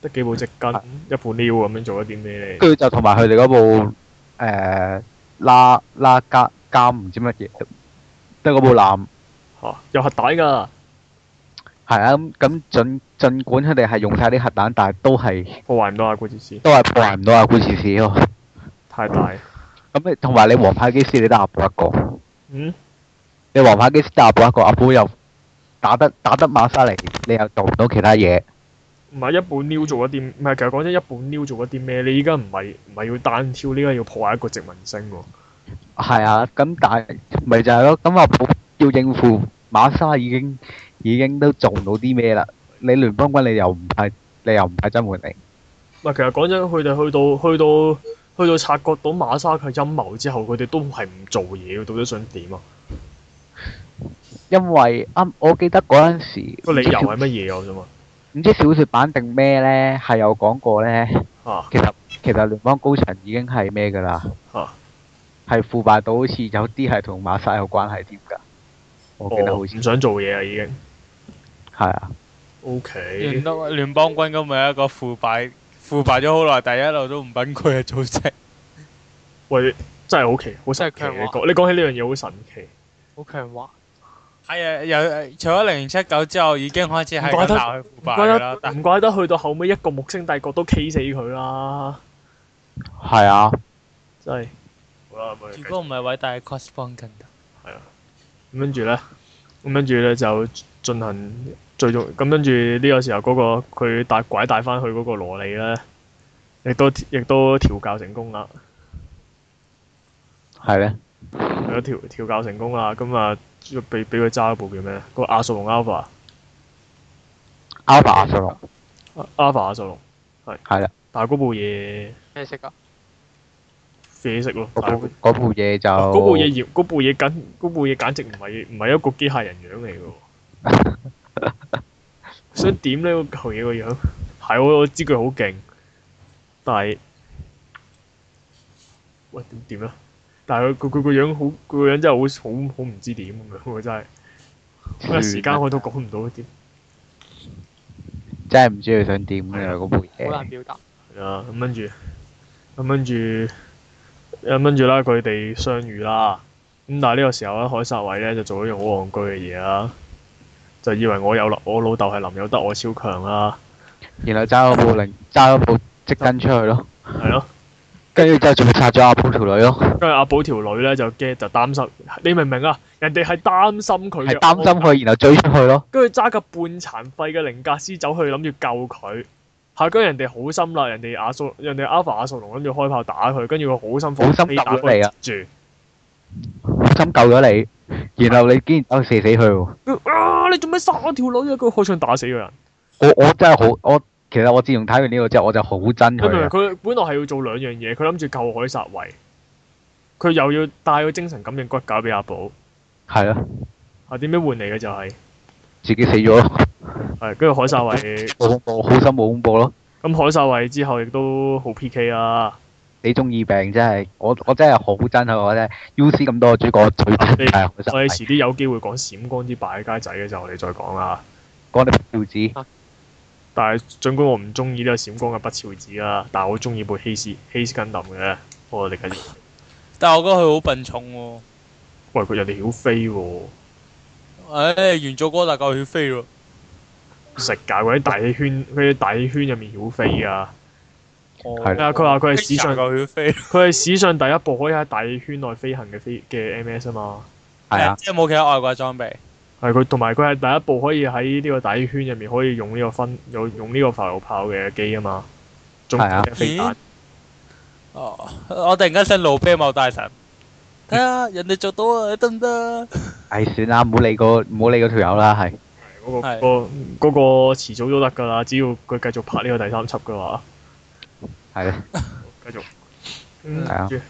S1: 得幾部積
S2: 係
S1: 筋，一部撩咁樣做咗啲咩你？
S2: 跟住就同埋佢哋嗰部誒拉拉加加唔知乜嘢，即係嗰部艦
S1: 嚇，有核彈㗎，
S2: 係啊咁咁盡儘管佢哋係用晒啲核彈，但係都係
S1: 破壞唔到啊！古哲斯
S2: 都係破壞唔到阿古士士咯。
S1: 太大。
S2: 咁你同埋你黃牌機師你得阿布一個，
S1: 嗯，
S2: 你黃牌機師得阿布一個，阿布又打得打得馬沙嚟，你又做唔到其他嘢。
S1: 唔係一部撩做咗啲，唔係其實講真，一部撩做咗啲咩？你依家唔係唔係要單挑，呢家要破壞一個殖民星喎。
S2: 係啊，咁但係咪就係咯？咁阿寶要應付馬沙已經已經都做唔到啲咩啦。你聯邦軍你又唔係你又唔係增援嚟。
S1: 唔係其實講真，佢哋去到去到去到察覺到馬沙佢陰謀之後，佢哋都係唔做嘢嘅，到底想點啊？
S2: 因為啱、我記得嗰陣時
S1: 個理由係
S2: 唔
S1: 乜嘢啊我想問
S2: 知唔知小説版定咩呢？係有講過呢。
S1: 嚇
S2: 其實其實聯邦高層已經係咩㗎啦，
S1: 嚇。
S2: 係腐敗到好似有啲係同馬沙有關係添㗎。我記得
S1: 哦
S2: 好似
S1: 唔想做嘢啊，已經。
S2: 係啊，
S1: O
S3: 聯
S1: K，
S3: 邦 聯邦軍咁咪一個腐敗腐敗咗好耐，但係一路都唔崩潰嘅組織。
S1: 喂，真係好奇，好神奇。
S4: 真係強
S1: 你
S4: 喎
S1: 講，你講起呢樣嘢好神奇。
S4: 好強橫，
S3: 係啊，有除咗零零七九之後，已經開始係
S1: 唔怪
S3: 咁
S1: 得
S3: 鬧佢腐
S1: 唔
S3: 敗
S1: 怪
S3: 㗎啦。
S1: 得，
S3: 但
S1: 唔怪得去到後尾一個木星帝國都 K 死佢啦，
S2: 係啊，
S1: 真係。好啦，咁我哋繼
S3: 如
S1: 續
S3: 果唔係偉大嘅 cos 幫緊㗎，
S1: 咁跟住咧，咁跟住咧就進行最重，咁跟住呢個時候嗰、個佢帶拐帶翻去嗰個羅莉咧，亦都亦都調教成功啦，
S2: 係咧，
S1: 係咯調調教成功啦，咁啊俾俾佢揸一部叫咩？啊個亞索龍 Alpha。
S2: 阿法阿索龍
S1: Alpha 阿索龍係
S2: 係啦，
S1: 但係嗰部嘢
S4: 咩色啊？
S1: 啡色咯，但
S2: 嗰
S1: 係
S2: 部嗰部嘢就
S1: 嗰部嘢嚴嗰部嘢簡嗰部嘢簡直唔係唔係一個機械人樣嚟嘅喎，想點呢？嗰嚿嘢個樣係我我知佢好勁，但係喂點點啊？但係佢佢佢個樣好佢個樣真係好好好唔知點咁樣喎，真係我一時間我都講唔到點
S2: 真係唔知佢想點㗎啦嗰部
S4: 好難
S2: 嘢。
S4: 表達。
S1: 係啊，咁跟住，咁跟住，咁跟住啦，佢哋相遇啦。咁但係呢個時候咧，凱撒偉咧就做咗樣好戇居嘅嘢啦，就以為我有我老豆係林有德，我超強啦，
S2: 然後揸嗰部零揸嗰部即跟出去咯，
S1: 係咯。
S2: 跟住之後仲殺咗阿寶條女咯。
S1: 跟住阿寶條女咧就驚，就擔心，你明唔明啊？人哋係擔心佢嘅，
S2: 係擔心，佢，然後追出去咯。
S1: 跟住揸架半殘廢嘅靈格斯走去諗住救佢。係，跟住人哋好心啦，人哋阿素，人哋阿法阿素龍諗住開炮打佢，跟住佢好心
S2: 好心
S1: 飛
S2: 揼
S1: 打
S2: 咗你啊
S1: 佢截住。
S2: 心救咗你，然後你竟然走去射死佢喎！
S1: 啊！你做咩殺我條女啊？佢開槍打死個人，
S2: 我我真係好，我其實我自從睇完呢個之後，我就好憎
S1: 你明唔
S2: 佢
S1: 明？
S2: 啊！
S1: 佢本來係要做兩樣嘢，佢諗住救海殺維，佢又要帶個精神感應骨架俾阿寶，
S2: 係咯，
S1: 啊點解換嚟嘅就係
S2: 自己死咗咯，
S1: 係跟住海沙維
S2: 冇恐怖，好心冇恐怖咯。
S1: 咁海沙維之後亦都好 P K 啊啦。
S2: 你中意病真係，我我真係好憎佢，我真係 U C 咁多個主角，我最憎
S1: 你
S2: 就係好
S1: 我哋
S2: 心
S1: 遲啲有機會講閃光之敗街仔嘅時候，我哋再講啦。
S2: 講你票子，
S1: 但係儘管我唔中意呢個閃光嘅不肖子啦，但係我中意部希斯希斯根林嘅。我哋繼續，
S3: 但係我覺得佢好笨重喎、
S1: 喂佢人哋曉飛喎，
S3: 唉、元祖哥大嚿血飛喎，
S1: 食㗎佢喺大氣圈，佢喺大氣圈入面曉飛啊！
S2: 係
S1: 啊，佢話佢係史上
S3: 嚿血飛，
S1: 佢係史上第一部可以喺大氣圈內飛行嘅飛嘅 MS 啊嘛。
S2: 係啊，
S3: 即係冇其他外掛裝備。
S1: 係佢，同埋佢係第一部可以喺呢個大圈入面可以用呢個分用用呢個浮游炮嘅機啊嘛，中
S2: 係啊
S1: 飛彈
S3: 咦哦，我突然間想路啤某大神，睇下人哋做到啊，得唔得？
S2: 唉算啦，唔好理個唔好理嗰條友啦，係
S1: 嗰個
S3: 係
S1: 嗰個嗰個遲早都得㗎啦，只要佢繼續拍呢個第三輯嘅話，
S2: 係啦，
S1: 繼續
S3: 嗯
S2: 係啊
S1: 跟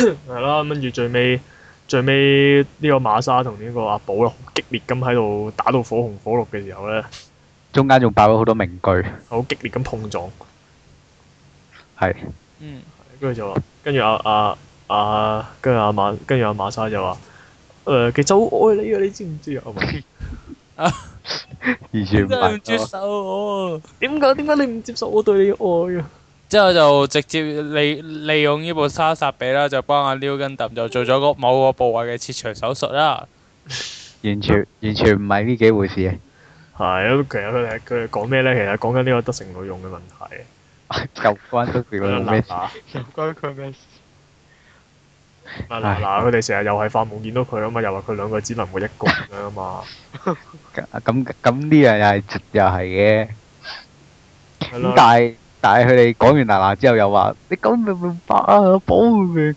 S1: 住 係啦，跟住最尾最尾呢個馬沙同呢個阿寶啦，啊好激烈咁喺度打到火紅火綠嘅時候咧，
S2: 中間仲爆咗好多名句，
S1: 好激烈咁碰撞，
S2: 係
S3: 嗯，
S1: 跟住就話，跟住阿阿阿跟住阿馬跟住阿馬沙就話。誒、其實好愛你啊，你知唔知啊？ 我話
S2: 完全唔
S3: 點解唔接
S2: 係咯。
S3: 受我？
S1: 點解點解你唔接受我對你嘅愛啊？
S3: 之後就直接利利用呢部沙薩比啦，就幫阿 New 根揼就做咗個某個部位嘅切除手術啦。
S2: 完全完全唔係呢幾回事 嘅，
S1: 係咁，其實佢哋佢哋講咩咧？其實講緊呢個德成女用嘅問題。
S2: 就關都佢
S1: 嗱
S2: 冇咩事。
S1: 嗱
S4: 唔該佢咩事？
S1: 嗱嗱，佢哋成日又係發夢見到佢啊嘛，又話佢兩個只能活一個咁樣啊嘛。
S2: 咁咁呢樣又係又係嘅。
S1: 係
S2: 咁
S1: 啦，
S2: 但係但係佢哋講完嗱嗱之後又話：你咁明唔明白啊？阿寶嘅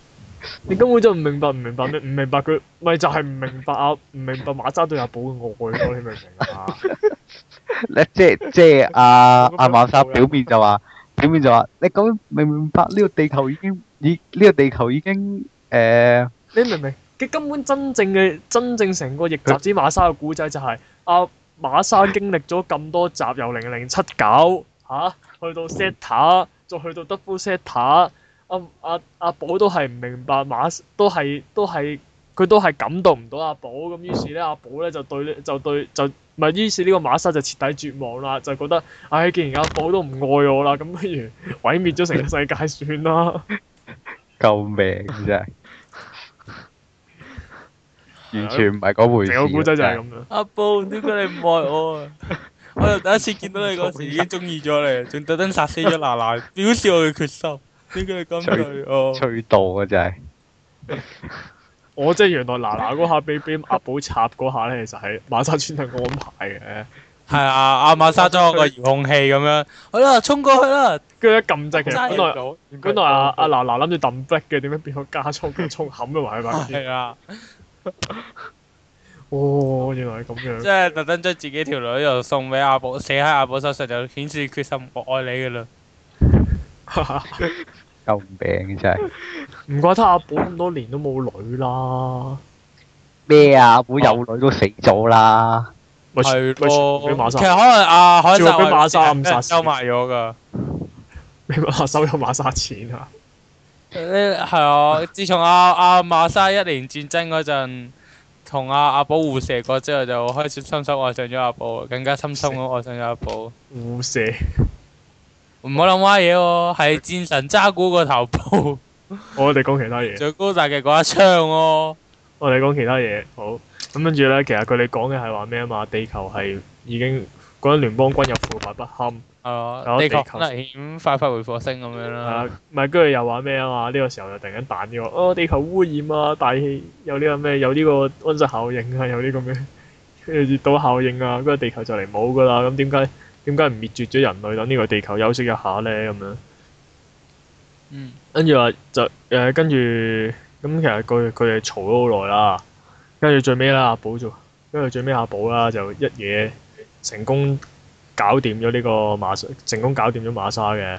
S1: 你根本就唔明白，唔明白咩？唔明白佢，咪就係唔明白啊！唔明白馬渣對阿寶嘅愛咯，你明唔明啊？
S2: 咧，即係即係阿
S1: 咁樣
S2: 阿馬沙
S1: 冇人
S2: 表面就話，表面就話你咁明唔明白呢個地球已經已呢個地球已經誒
S1: 你明唔明？ 佢根本真正嘅真正成個逆襲之馬沙嘅古仔就係、阿、馬沙經歷咗咁多集，由零零七九嚇，去到 Zeta，再去到 Double Zeta，阿阿阿寶都係唔明白馬，都係都係佢都係感動唔到阿寶，咁於是咧阿寶咧就對呢就對就唔係，於是呢個馬沙就徹底絕望啦，就覺得唉、既然阿寶都唔愛我啦，咁不如毀滅咗成個世界算啦。
S2: 救命真係，完全唔係嗰回事。
S1: 成個古仔就係咁樣。
S3: 阿布，點解你唔愛我 啊？我由第一次見到你嗰時已經中意咗你，仲特登殺死咗娜娜，表示我嘅決心。點解你咁對我？
S2: 吹到啊！真係
S1: 我即係原來嗱嗱嗰下俾俾阿寶插嗰下咧，其實係馬沙村係我安排嘅。
S3: 係啊，阿馬沙裝個遙控器咁樣，好啦，衝過去啦！
S1: 跟住一撳掣，其
S3: 真
S1: 實
S3: 係
S1: 本來
S4: 啊
S1: 本來阿阿嗱嗱諗住抌 b 嘅，點樣變咗加 速加速冚咗埋喺埋邊？
S3: 係啊，
S1: 哦，原來係咁
S3: 即
S1: 樣。
S3: 係特登將自己條女又送俾阿寶，寫喺阿寶手上，就顯示決心我愛你噶啦。
S2: 救命真係
S1: 唔怪得阿寶咁多年都冇女啦。
S2: 咩啊？阿寶有女都死咗啦。
S1: 咪全咪
S3: 係
S1: 全部
S3: 咯，
S1: 俾馬
S3: 其實
S1: 沙
S3: 可能阿海
S1: 全部俾馬沙
S3: 唔
S1: 暗殺死
S3: 收埋咗㗎。
S1: 俾馬收咗馬沙錢啊！
S3: 誒係啊！自從阿阿馬沙一年戰爭嗰陣，同阿阿寶互射過之後，就開始深深愛上咗阿寶，更加深深咁愛上咗阿寶。
S1: 互射
S3: 唔好諗歪嘢喎，係戰神揸鼓個頭 部，
S1: 我哋講其他嘢。
S3: 最高大嘅嗰一槍喎。
S1: 我哋講其他嘢，好咁跟住咧，其實佢哋講嘅係話咩啊嘛？地球係已經嗰陣聯邦軍又腐敗不堪，
S3: 係啊，
S1: 有
S3: 地球
S1: 地球
S3: 危險，快快回火星咁樣啦。
S1: 啊，唔係跟住又話咩啊嘛？呢、個時候又突然間彈呢、個，哦地球污染啊，大氣有呢個咩，有呢個温室效應啊，有呢個咩 熱島效應啊，跟住地球就嚟冇噶啦，咁點解點解唔滅絕咗人類，等呢個地球休息一下咧咁樣？
S3: 嗯，
S1: 跟住話就誒、呃跟住咁其實佢佢哋嘈咗好耐啦，跟住最尾啦，阿寶做，跟住最尾阿寶啦就一嘢成功搞掂咗呢個馬莎，成功搞掂咗馬莎嘅。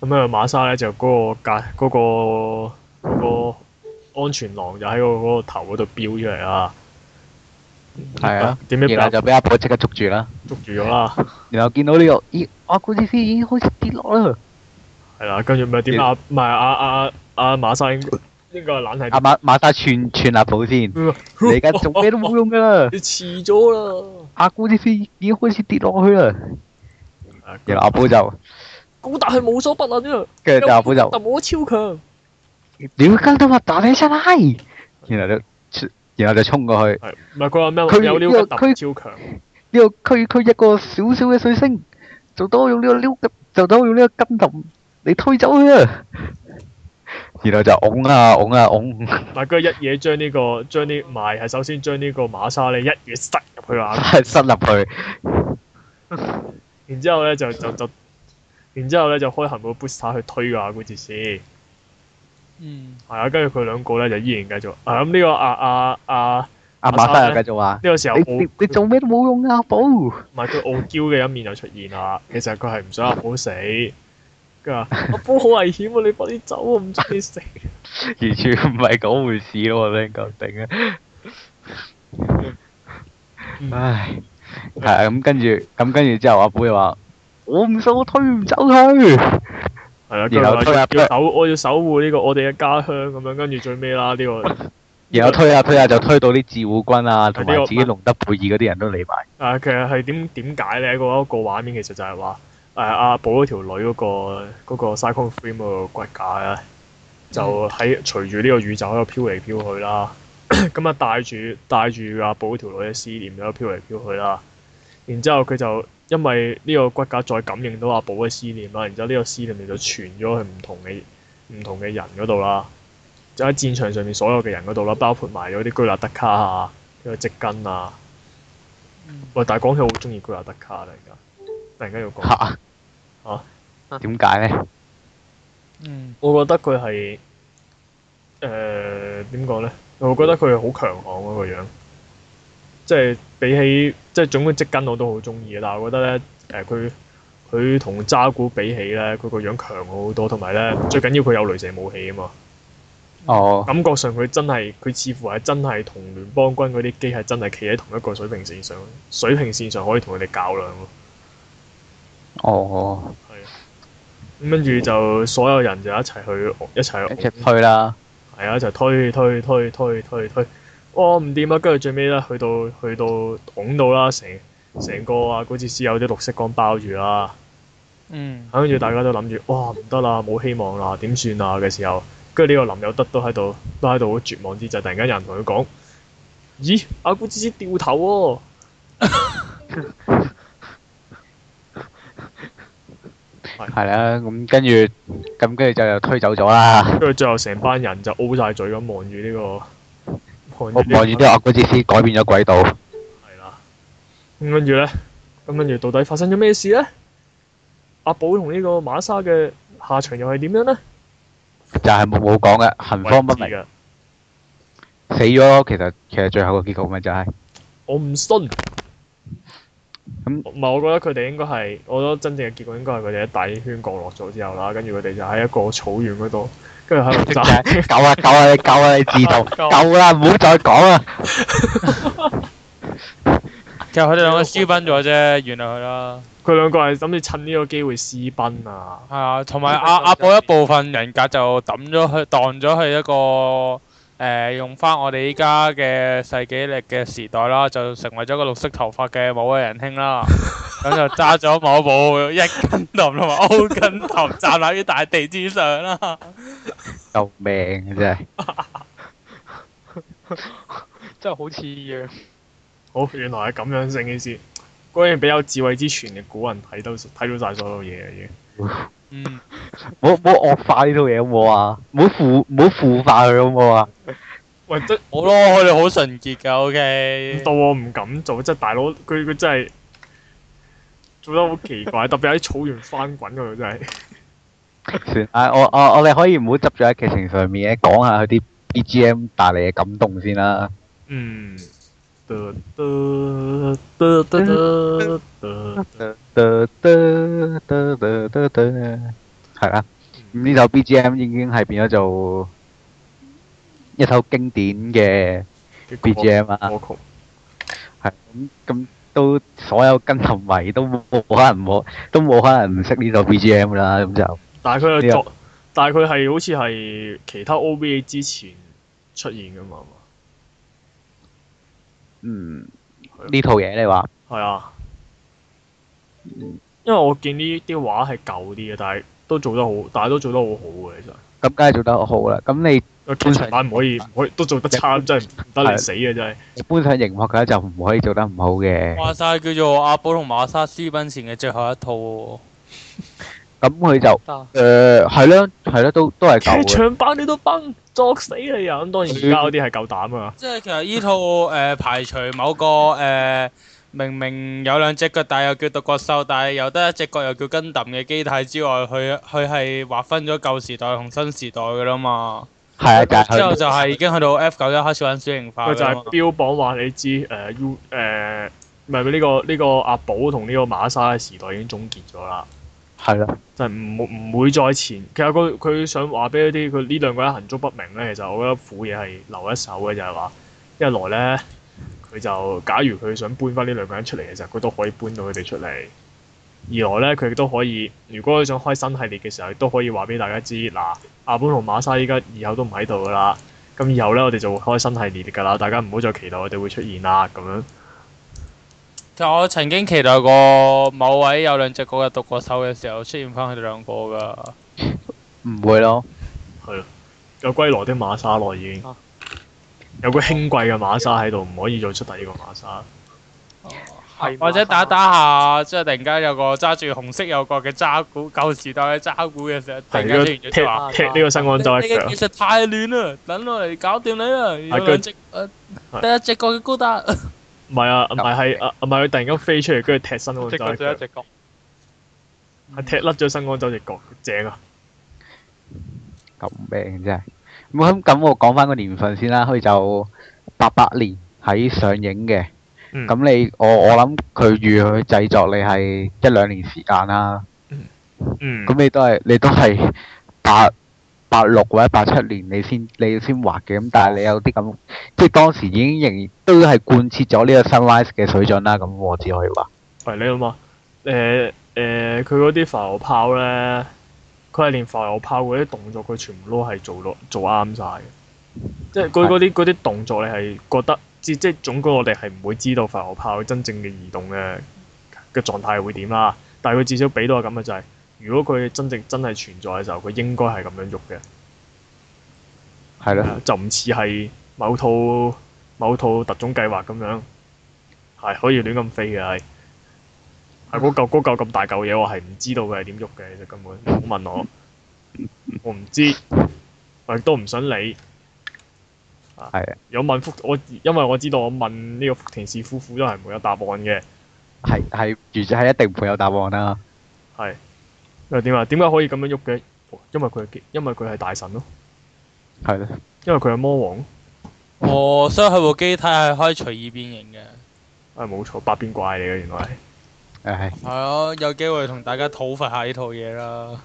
S1: 咁啊馬莎咧就嗰、個架嗰、個嗰個安全囊就喺個嗰個頭嗰度飆出嚟啦。
S2: 係啊，
S1: 點知俾
S2: 然後
S1: 人
S2: 就俾阿婆即刻捉住啦。
S1: 捉住咗啦，
S2: 然後見到呢、個，咦，阿古天師已經開始跌落啦。
S1: 係啦，跟住咪點啊？唔係阿阿阿馬生應該係懶係
S2: 阿啊馬馬莎串串阿寶先，
S1: 啲，
S2: 你而家做咩都冇用 噶啦。
S1: 你遲咗啦。
S2: 阿古天師已經開始跌落去啦。
S1: 啊
S2: 然後阿寶就，
S1: 高達係無所不能啊，
S2: 跟住就阿寶就
S1: 特。我超強。
S2: 屌更得核打你出嚟，然後就然後就衝過去，
S1: 係唔係佢話
S2: 佢
S1: 咩？啊有呢個特超強，
S2: 呢、個區區一個小小嘅水星，就多用呢個溜吉，就多用呢個金氹你推走佢啊！然後就拱啊拱啊拱，
S1: 但係佢一嘢將呢個將呢埋係首先將呢個馬沙利一嘢塞入去眼，
S2: 塞入去，
S1: 然之後咧就就就，然之後咧就開行個 booster 去推㗎嗰節先。
S3: 嗯，
S1: 係啊，跟住佢兩個咧就依然繼續。係咁呢個啊啊啊
S2: 阿馬莎又繼續話：
S1: 呢個時候
S2: 你你
S1: 傲
S2: 你做咩都冇用啊，阿寶！
S1: 唔係佢傲嬌嘅一面就出現啦。其實佢係唔想阿寶死。佢 話：阿寶好危險啊！你快啲走啊！我唔中意死。
S2: 完全唔係嗰回事咯，我聽講定啊！
S1: 嗯
S2: 唉，係啊，咁跟住咁跟住之後，阿寶就話：我唔信，我推唔走佢。
S1: 係啦，
S2: 然後
S1: 佢
S2: 推
S1: 話
S2: 下
S1: 要守，我要守護呢個我哋嘅家鄉咁樣，跟住最尾啦，呢個
S2: 然後推下推下就推到啲自護軍啊，同
S1: 呢
S2: 埋
S1: 個
S2: 自己隆德貝爾嗰啲人都嚟埋。
S1: 啊，其實係點點解咧？嗰一個畫面其實就係話誒呃阿寶嗰條女嗰個嗰個 cyclone frame 嗰個骨架咧，就喺隨住呢個宇宙喺度飄嚟飄去啦。 咁啊，帶住帶住阿寶嗰條女嘅思念喺度飄嚟飄去啦。然之後佢就因為呢個骨架再感應到阿寶嘅思念啦，然之後呢個思念就傳咗去唔同嘅唔同嘅人嗰度啦，就喺戰場上面所有嘅人嗰度啦，包括埋嗰啲居納德卡啊、呢個積根啊。喂，但係講起我好中意居納德卡啦，而家突然間要講，
S2: 嚇
S1: 啊
S2: 點解咧？
S3: 嗯，
S1: 我覺得佢係誒點講咧？我覺得佢係好強悍嗰個樣，即係比起即係總之積根我都好中意嘅，但係我覺得咧誒佢佢同渣古比起咧，佢個樣強好多，同埋咧最緊要佢有雷射武器啊嘛。
S2: 哦，
S1: 感覺上佢真係佢似乎係真係同聯邦軍嗰啲機係真係企喺同一個水平線上，水平線上可以同佢哋較量咯。
S2: 哦，
S1: 咁跟住就所有人就一齊去一齊
S2: 一直推啦，
S1: 係啊，就推推推推推推，哦唔掂啊！跟住最尾咧，去到去到拱到啦，成成個啊嗰次師有啲綠色光包住啦，
S3: 嗯，
S1: 跟住大家都諗住哇唔得啦，冇希望啦，點算啊嘅時候，跟住呢個林有德都喺度都喺度好絕望之際，突然間有人同佢講：咦，阿古芝芝掉頭喎、
S2: 係啦，咁跟住咁跟住就又推走咗啦。
S1: 跟住最後成班人就 O 晒嘴咁望住呢個望
S2: 我哦望住
S1: 呢
S2: 啲
S1: 個
S2: 阿古哲斯改變咗軌道，
S1: 係啦。咁跟住咧，咁跟住到底發生咗咩事咧？阿寶同呢個馬莎嘅下場又係點樣咧？
S2: 就係冇冇講嘅，行方不
S1: 我唔知
S2: 明，
S1: 㗎，
S2: 死咗咯。其實其實最後個結局咪就係
S1: 我唔信。
S2: 咁
S1: 唔係，我覺得佢哋應該係，我覺得真正嘅結果應該係佢哋喺大圈降落咗之後啦，跟住佢哋就喺一個草原嗰度，跟住喺度
S2: 就
S1: 炸。
S2: 係夠啊夠啊你夠啊你自動
S1: 夠
S2: 夠啦，唔好再講啦。
S3: 其實佢哋兩個私奔咗啫，原諒佢啦。
S1: 佢兩個係諗住趁呢個機會私奔啊！
S3: 係啊，同埋阿阿寶一部分人格就抌咗佢，當咗佢一個誒、呃用翻我哋依家嘅世紀歷嘅時代啦，就成為咗個綠色頭髮嘅某位仁兄啦。咁就揸咗某部一斤頭同埋 O 斤頭站立於大地之上啦。
S2: 救命啊真係，
S4: 真係好似樣。
S1: 好，原來係咁樣成件事。果然比較智慧之泉嘅古人睇到睇到晒所有嘢嘅嘢。
S3: 嗯，
S2: 唔好唔好惡化呢套嘢好唔好啊？唔好腐唔好腐化佢好唔好啊？
S1: 喂，即
S3: 好咯，佢哋好純潔噶，OK
S1: 唔。到我唔敢做，即係大佬佢佢真係做得好奇怪，特別喺草原翻滾嗰度真係。
S2: 算啊！我我我哋可以唔好執咗喺劇情上面嘅，講下佢啲 BGM 帶嚟嘅感動先啦。
S1: 嗯。得得得得得 得
S2: 得得得得得得，係啦。咁呢首 BGM 已經係變咗做一首經典嘅
S1: 嘅歌
S2: à. BGM 啊，
S1: 歌曲
S2: 咁都所有跟頭迷都冇可能冇，都冇可能唔識呢度 BGM 啦，咁就
S1: 但係佢
S2: 呢
S1: 嘅
S2: 個
S1: 作，但係佢係好似係其他 OVA 之前出現噶嘛，
S2: 嗯呢套嘢你話
S1: 係啊。因為我見呢啲畫係舊啲嘅，但係都做得好，但係都做得好好嘅其實。
S2: 咁梗係做得好啦。咁你
S1: 個劇場版唔可以，唔可以都做得差，真係唔得你
S2: 係
S1: 死嘅真係。
S2: 你搬上熒幕嘅話就唔可以做得唔好嘅。
S3: 話晒叫做阿寶同馬莎私奔前嘅最後一套喎。
S2: 咁佢就
S4: 得
S2: 誒係咯係咯，都都係舊
S1: 劇
S2: 嘅。
S1: 場版你都崩，作死你啊！咁當然而家嗰啲係夠膽啊。
S3: 即係其實呢套誒、呃排除某個誒、呃明明有兩隻腳，但係又叫獨角獸，但係又得一隻腳又叫跟揼嘅機體之外，佢佢係劃分咗舊時代同新時代噶啦嘛。
S2: 係啊，就係
S3: 之後
S2: 佢
S3: 就係已經去到 F 九一開始玩小型化
S1: 佢就
S3: 㗎啦
S1: 係啊
S3: 嘛
S1: 標榜話你知誒呃 U 誒，唔係呢個呢個阿寶同呢個馬莎嘅時代已經終結咗啦，
S2: 係咯，
S1: 就係唔會唔會再前。其實佢佢想話俾一啲佢呢兩個人行蹤不明咧，其實我覺得苦嘢係留一手嘅，就係話一來咧佢就假如佢想搬翻呢兩個人出嚟嘅時候，佢都可以搬到佢哋出嚟；二來咧佢亦都可以，如果佢想開新系列嘅時候，亦都可以話俾大家知嗱，阿寶同馬莎依家以後都唔喺度噶啦。咁以後咧，我哋就會開新系列㗎啦，大家唔好再期待我哋會出現啦，咁樣
S3: 其實我曾經期待過某位有兩隻腳嘅獨角獸嘅時候出現翻佢哋兩個㗎。
S2: 唔會咯。
S1: 係咯。有歸來的馬莎咯，已經
S4: 啊
S1: 有個輕貴嘅馬莎喺度，唔可以再出第二個馬莎。
S4: 係
S3: 或者
S4: 馬
S3: 打
S4: 莎
S3: 打下，即係突然間有個揸住紅色有角嘅渣古，舊時代嘅渣古嘅時候，突
S1: 係
S3: 然
S1: 呢個
S3: 間出現
S1: 踢
S3: 咗啲話。
S1: 踢呢個新安州
S3: 你
S1: 一
S3: 嘅技
S1: 腳，
S3: 術太亂啦，等我嚟搞掂你啦！
S1: 係
S3: 有兩隻，誒
S1: 係
S3: 得一隻角嘅高達，
S1: 唔係啊，唔係係啊，唔係佢突然間飛出嚟，跟住踢新安
S4: 即
S1: 州
S4: 係
S1: 一
S4: 佢一
S1: 腳，
S4: 隻角，
S1: 係踢甩咗新安州只腳，正啊！
S2: 咁命真係。咁咁我講翻個年份先啦，佢就八八年喺上映嘅。
S1: 嗯
S2: 咁你我我諗佢預佢製作你係一兩年時間啦。
S1: 嗯
S2: 咁，你都係你都係八八六或者八七年你先你先畫嘅，咁但係你有啲咁，即係當時已經仍都係貫徹咗呢個 sunrise 嘅水準啦。咁我只可以話
S1: 係你諗下，誒誒，佢嗰啲浮游炮咧，佢係連浮游炮嗰啲動作，佢全部都係做到做啱晒嘅，即係佢嗰啲嗰啲動作，你係覺得即即係總之我哋係唔會知道浮游炮真正嘅移動嘅嘅狀態會點啦，但係佢至少俾到我感覺就係、如果佢真正真係存在嘅時候，佢應該係咁樣喐嘅。
S2: 係咯，
S1: 啊就唔似係某套某套特種計劃咁樣，係可以亂咁飛嘅係。係嗰嚿嗰嚿咁大嚿嘢，我係唔知道佢係點喐嘅，其實根本你唔好問我，我唔知，我亦都唔想理。啊
S2: 係啊
S1: 有問福我，因為我知道我問呢個福田氏夫婦都係冇有答案嘅，
S2: 係係預咗係一定唔會有答案啦。
S1: 係。又點啊？點解可以咁樣喐嘅？哦因為佢係因為佢係大神咯，
S2: 係咯，
S1: 因為佢係魔王咯。
S3: 哦，所以佢部機體係可以隨意變形嘅。
S1: 啊，冇錯，百變怪嚟嘅原來係。
S2: 誒係
S3: 係啊，有機會同大家討伐下呢套嘢啦。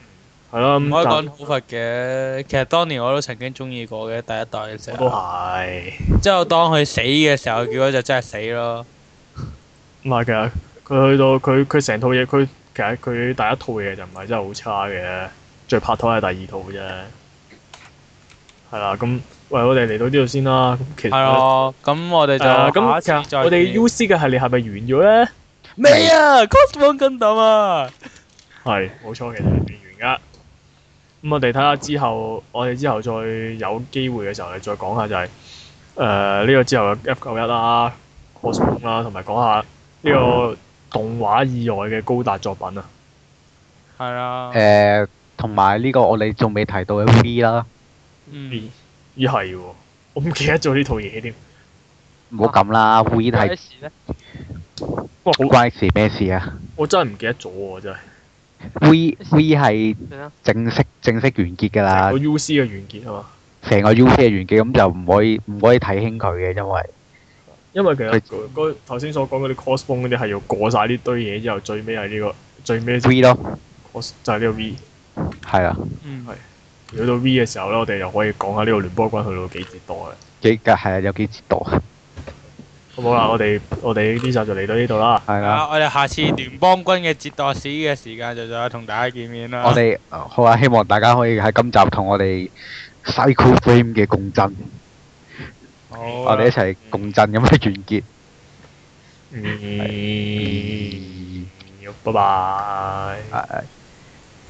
S1: 係啦，
S3: 唔
S1: 咁
S3: 可以
S1: 但
S3: 講討伐嘅，其實當年我都曾經中意過嘅第一代嘅時
S1: 我都
S3: 候。
S1: 係。
S3: 之後當佢死嘅時候，結果就真係死咯。
S1: 唔係嘅，佢去到佢佢成套嘢，佢其實佢第一套嘢就唔係真係好差嘅，最拍拖係第二套啫。係啦，咁喂，我哋嚟到呢度先啦。咁其實
S3: 係啊，咁我哋就
S1: 誒
S3: 下
S1: 咁
S3: 一
S1: 其
S3: 次
S1: 實
S3: 再
S1: 我哋
S3: 見
S1: U C 嘅系列係咪完咗咧？
S3: 未啊，Cosmo 跟斗啊！
S1: 係冇錯，其實係未完噶。咁我哋睇下之後，我哋之後再有機會嘅時候，我哋再講下就係誒呢個之後嘅 F 九一啦、Cosmo 啦，同埋講下呢個動畫以外嘅高達作品啊。
S3: 係啦，
S2: 誒，呃同埋呢個我哋仲未提到嘅 V 啦，
S3: 嗯
S1: 咦，咦係喎，我唔記得咗呢套嘢添。
S2: 唔
S3: 啊
S2: 好咁啦，V 係
S4: S 咧
S1: 哇，好，
S2: 關事咩事啊
S1: 我真係唔記得咗喎，真係。
S2: ？V V 係
S4: 算啦，
S2: 正式正式完結㗎啦
S1: 個，U C 嘅完結啊嘛，
S2: 成個 U P 嘅完結，咁就唔可以唔可以睇輕佢嘅，因為
S1: 因為其實
S2: 係
S1: 嗰嗰頭先所講嗰啲 cosplay 嗰啲係要過晒呢堆嘢之後，最尾係呢個最尾就
S2: V 咯，
S1: cos 就係呢個 V。
S2: 係啊，
S3: 嗯
S1: 係去到 V 嘅時候咧，我哋又可以講下呢個聯邦軍去到幾折墮嘅。
S2: 幾格係啊，有幾折墮，
S1: 咁好啦，我哋我哋呢集就嚟到呢度啦。
S2: 係啦，
S3: 啊！我哋下次聯邦軍嘅折墮史嘅時間就再同大家見面啦。
S2: 我哋呃好啊，希望大家可以喺今集同我哋 Cycle Frame 嘅共振，
S3: 好啊
S2: 我哋一齊共振咁去完結。
S1: 嗯，拜拜。
S2: 係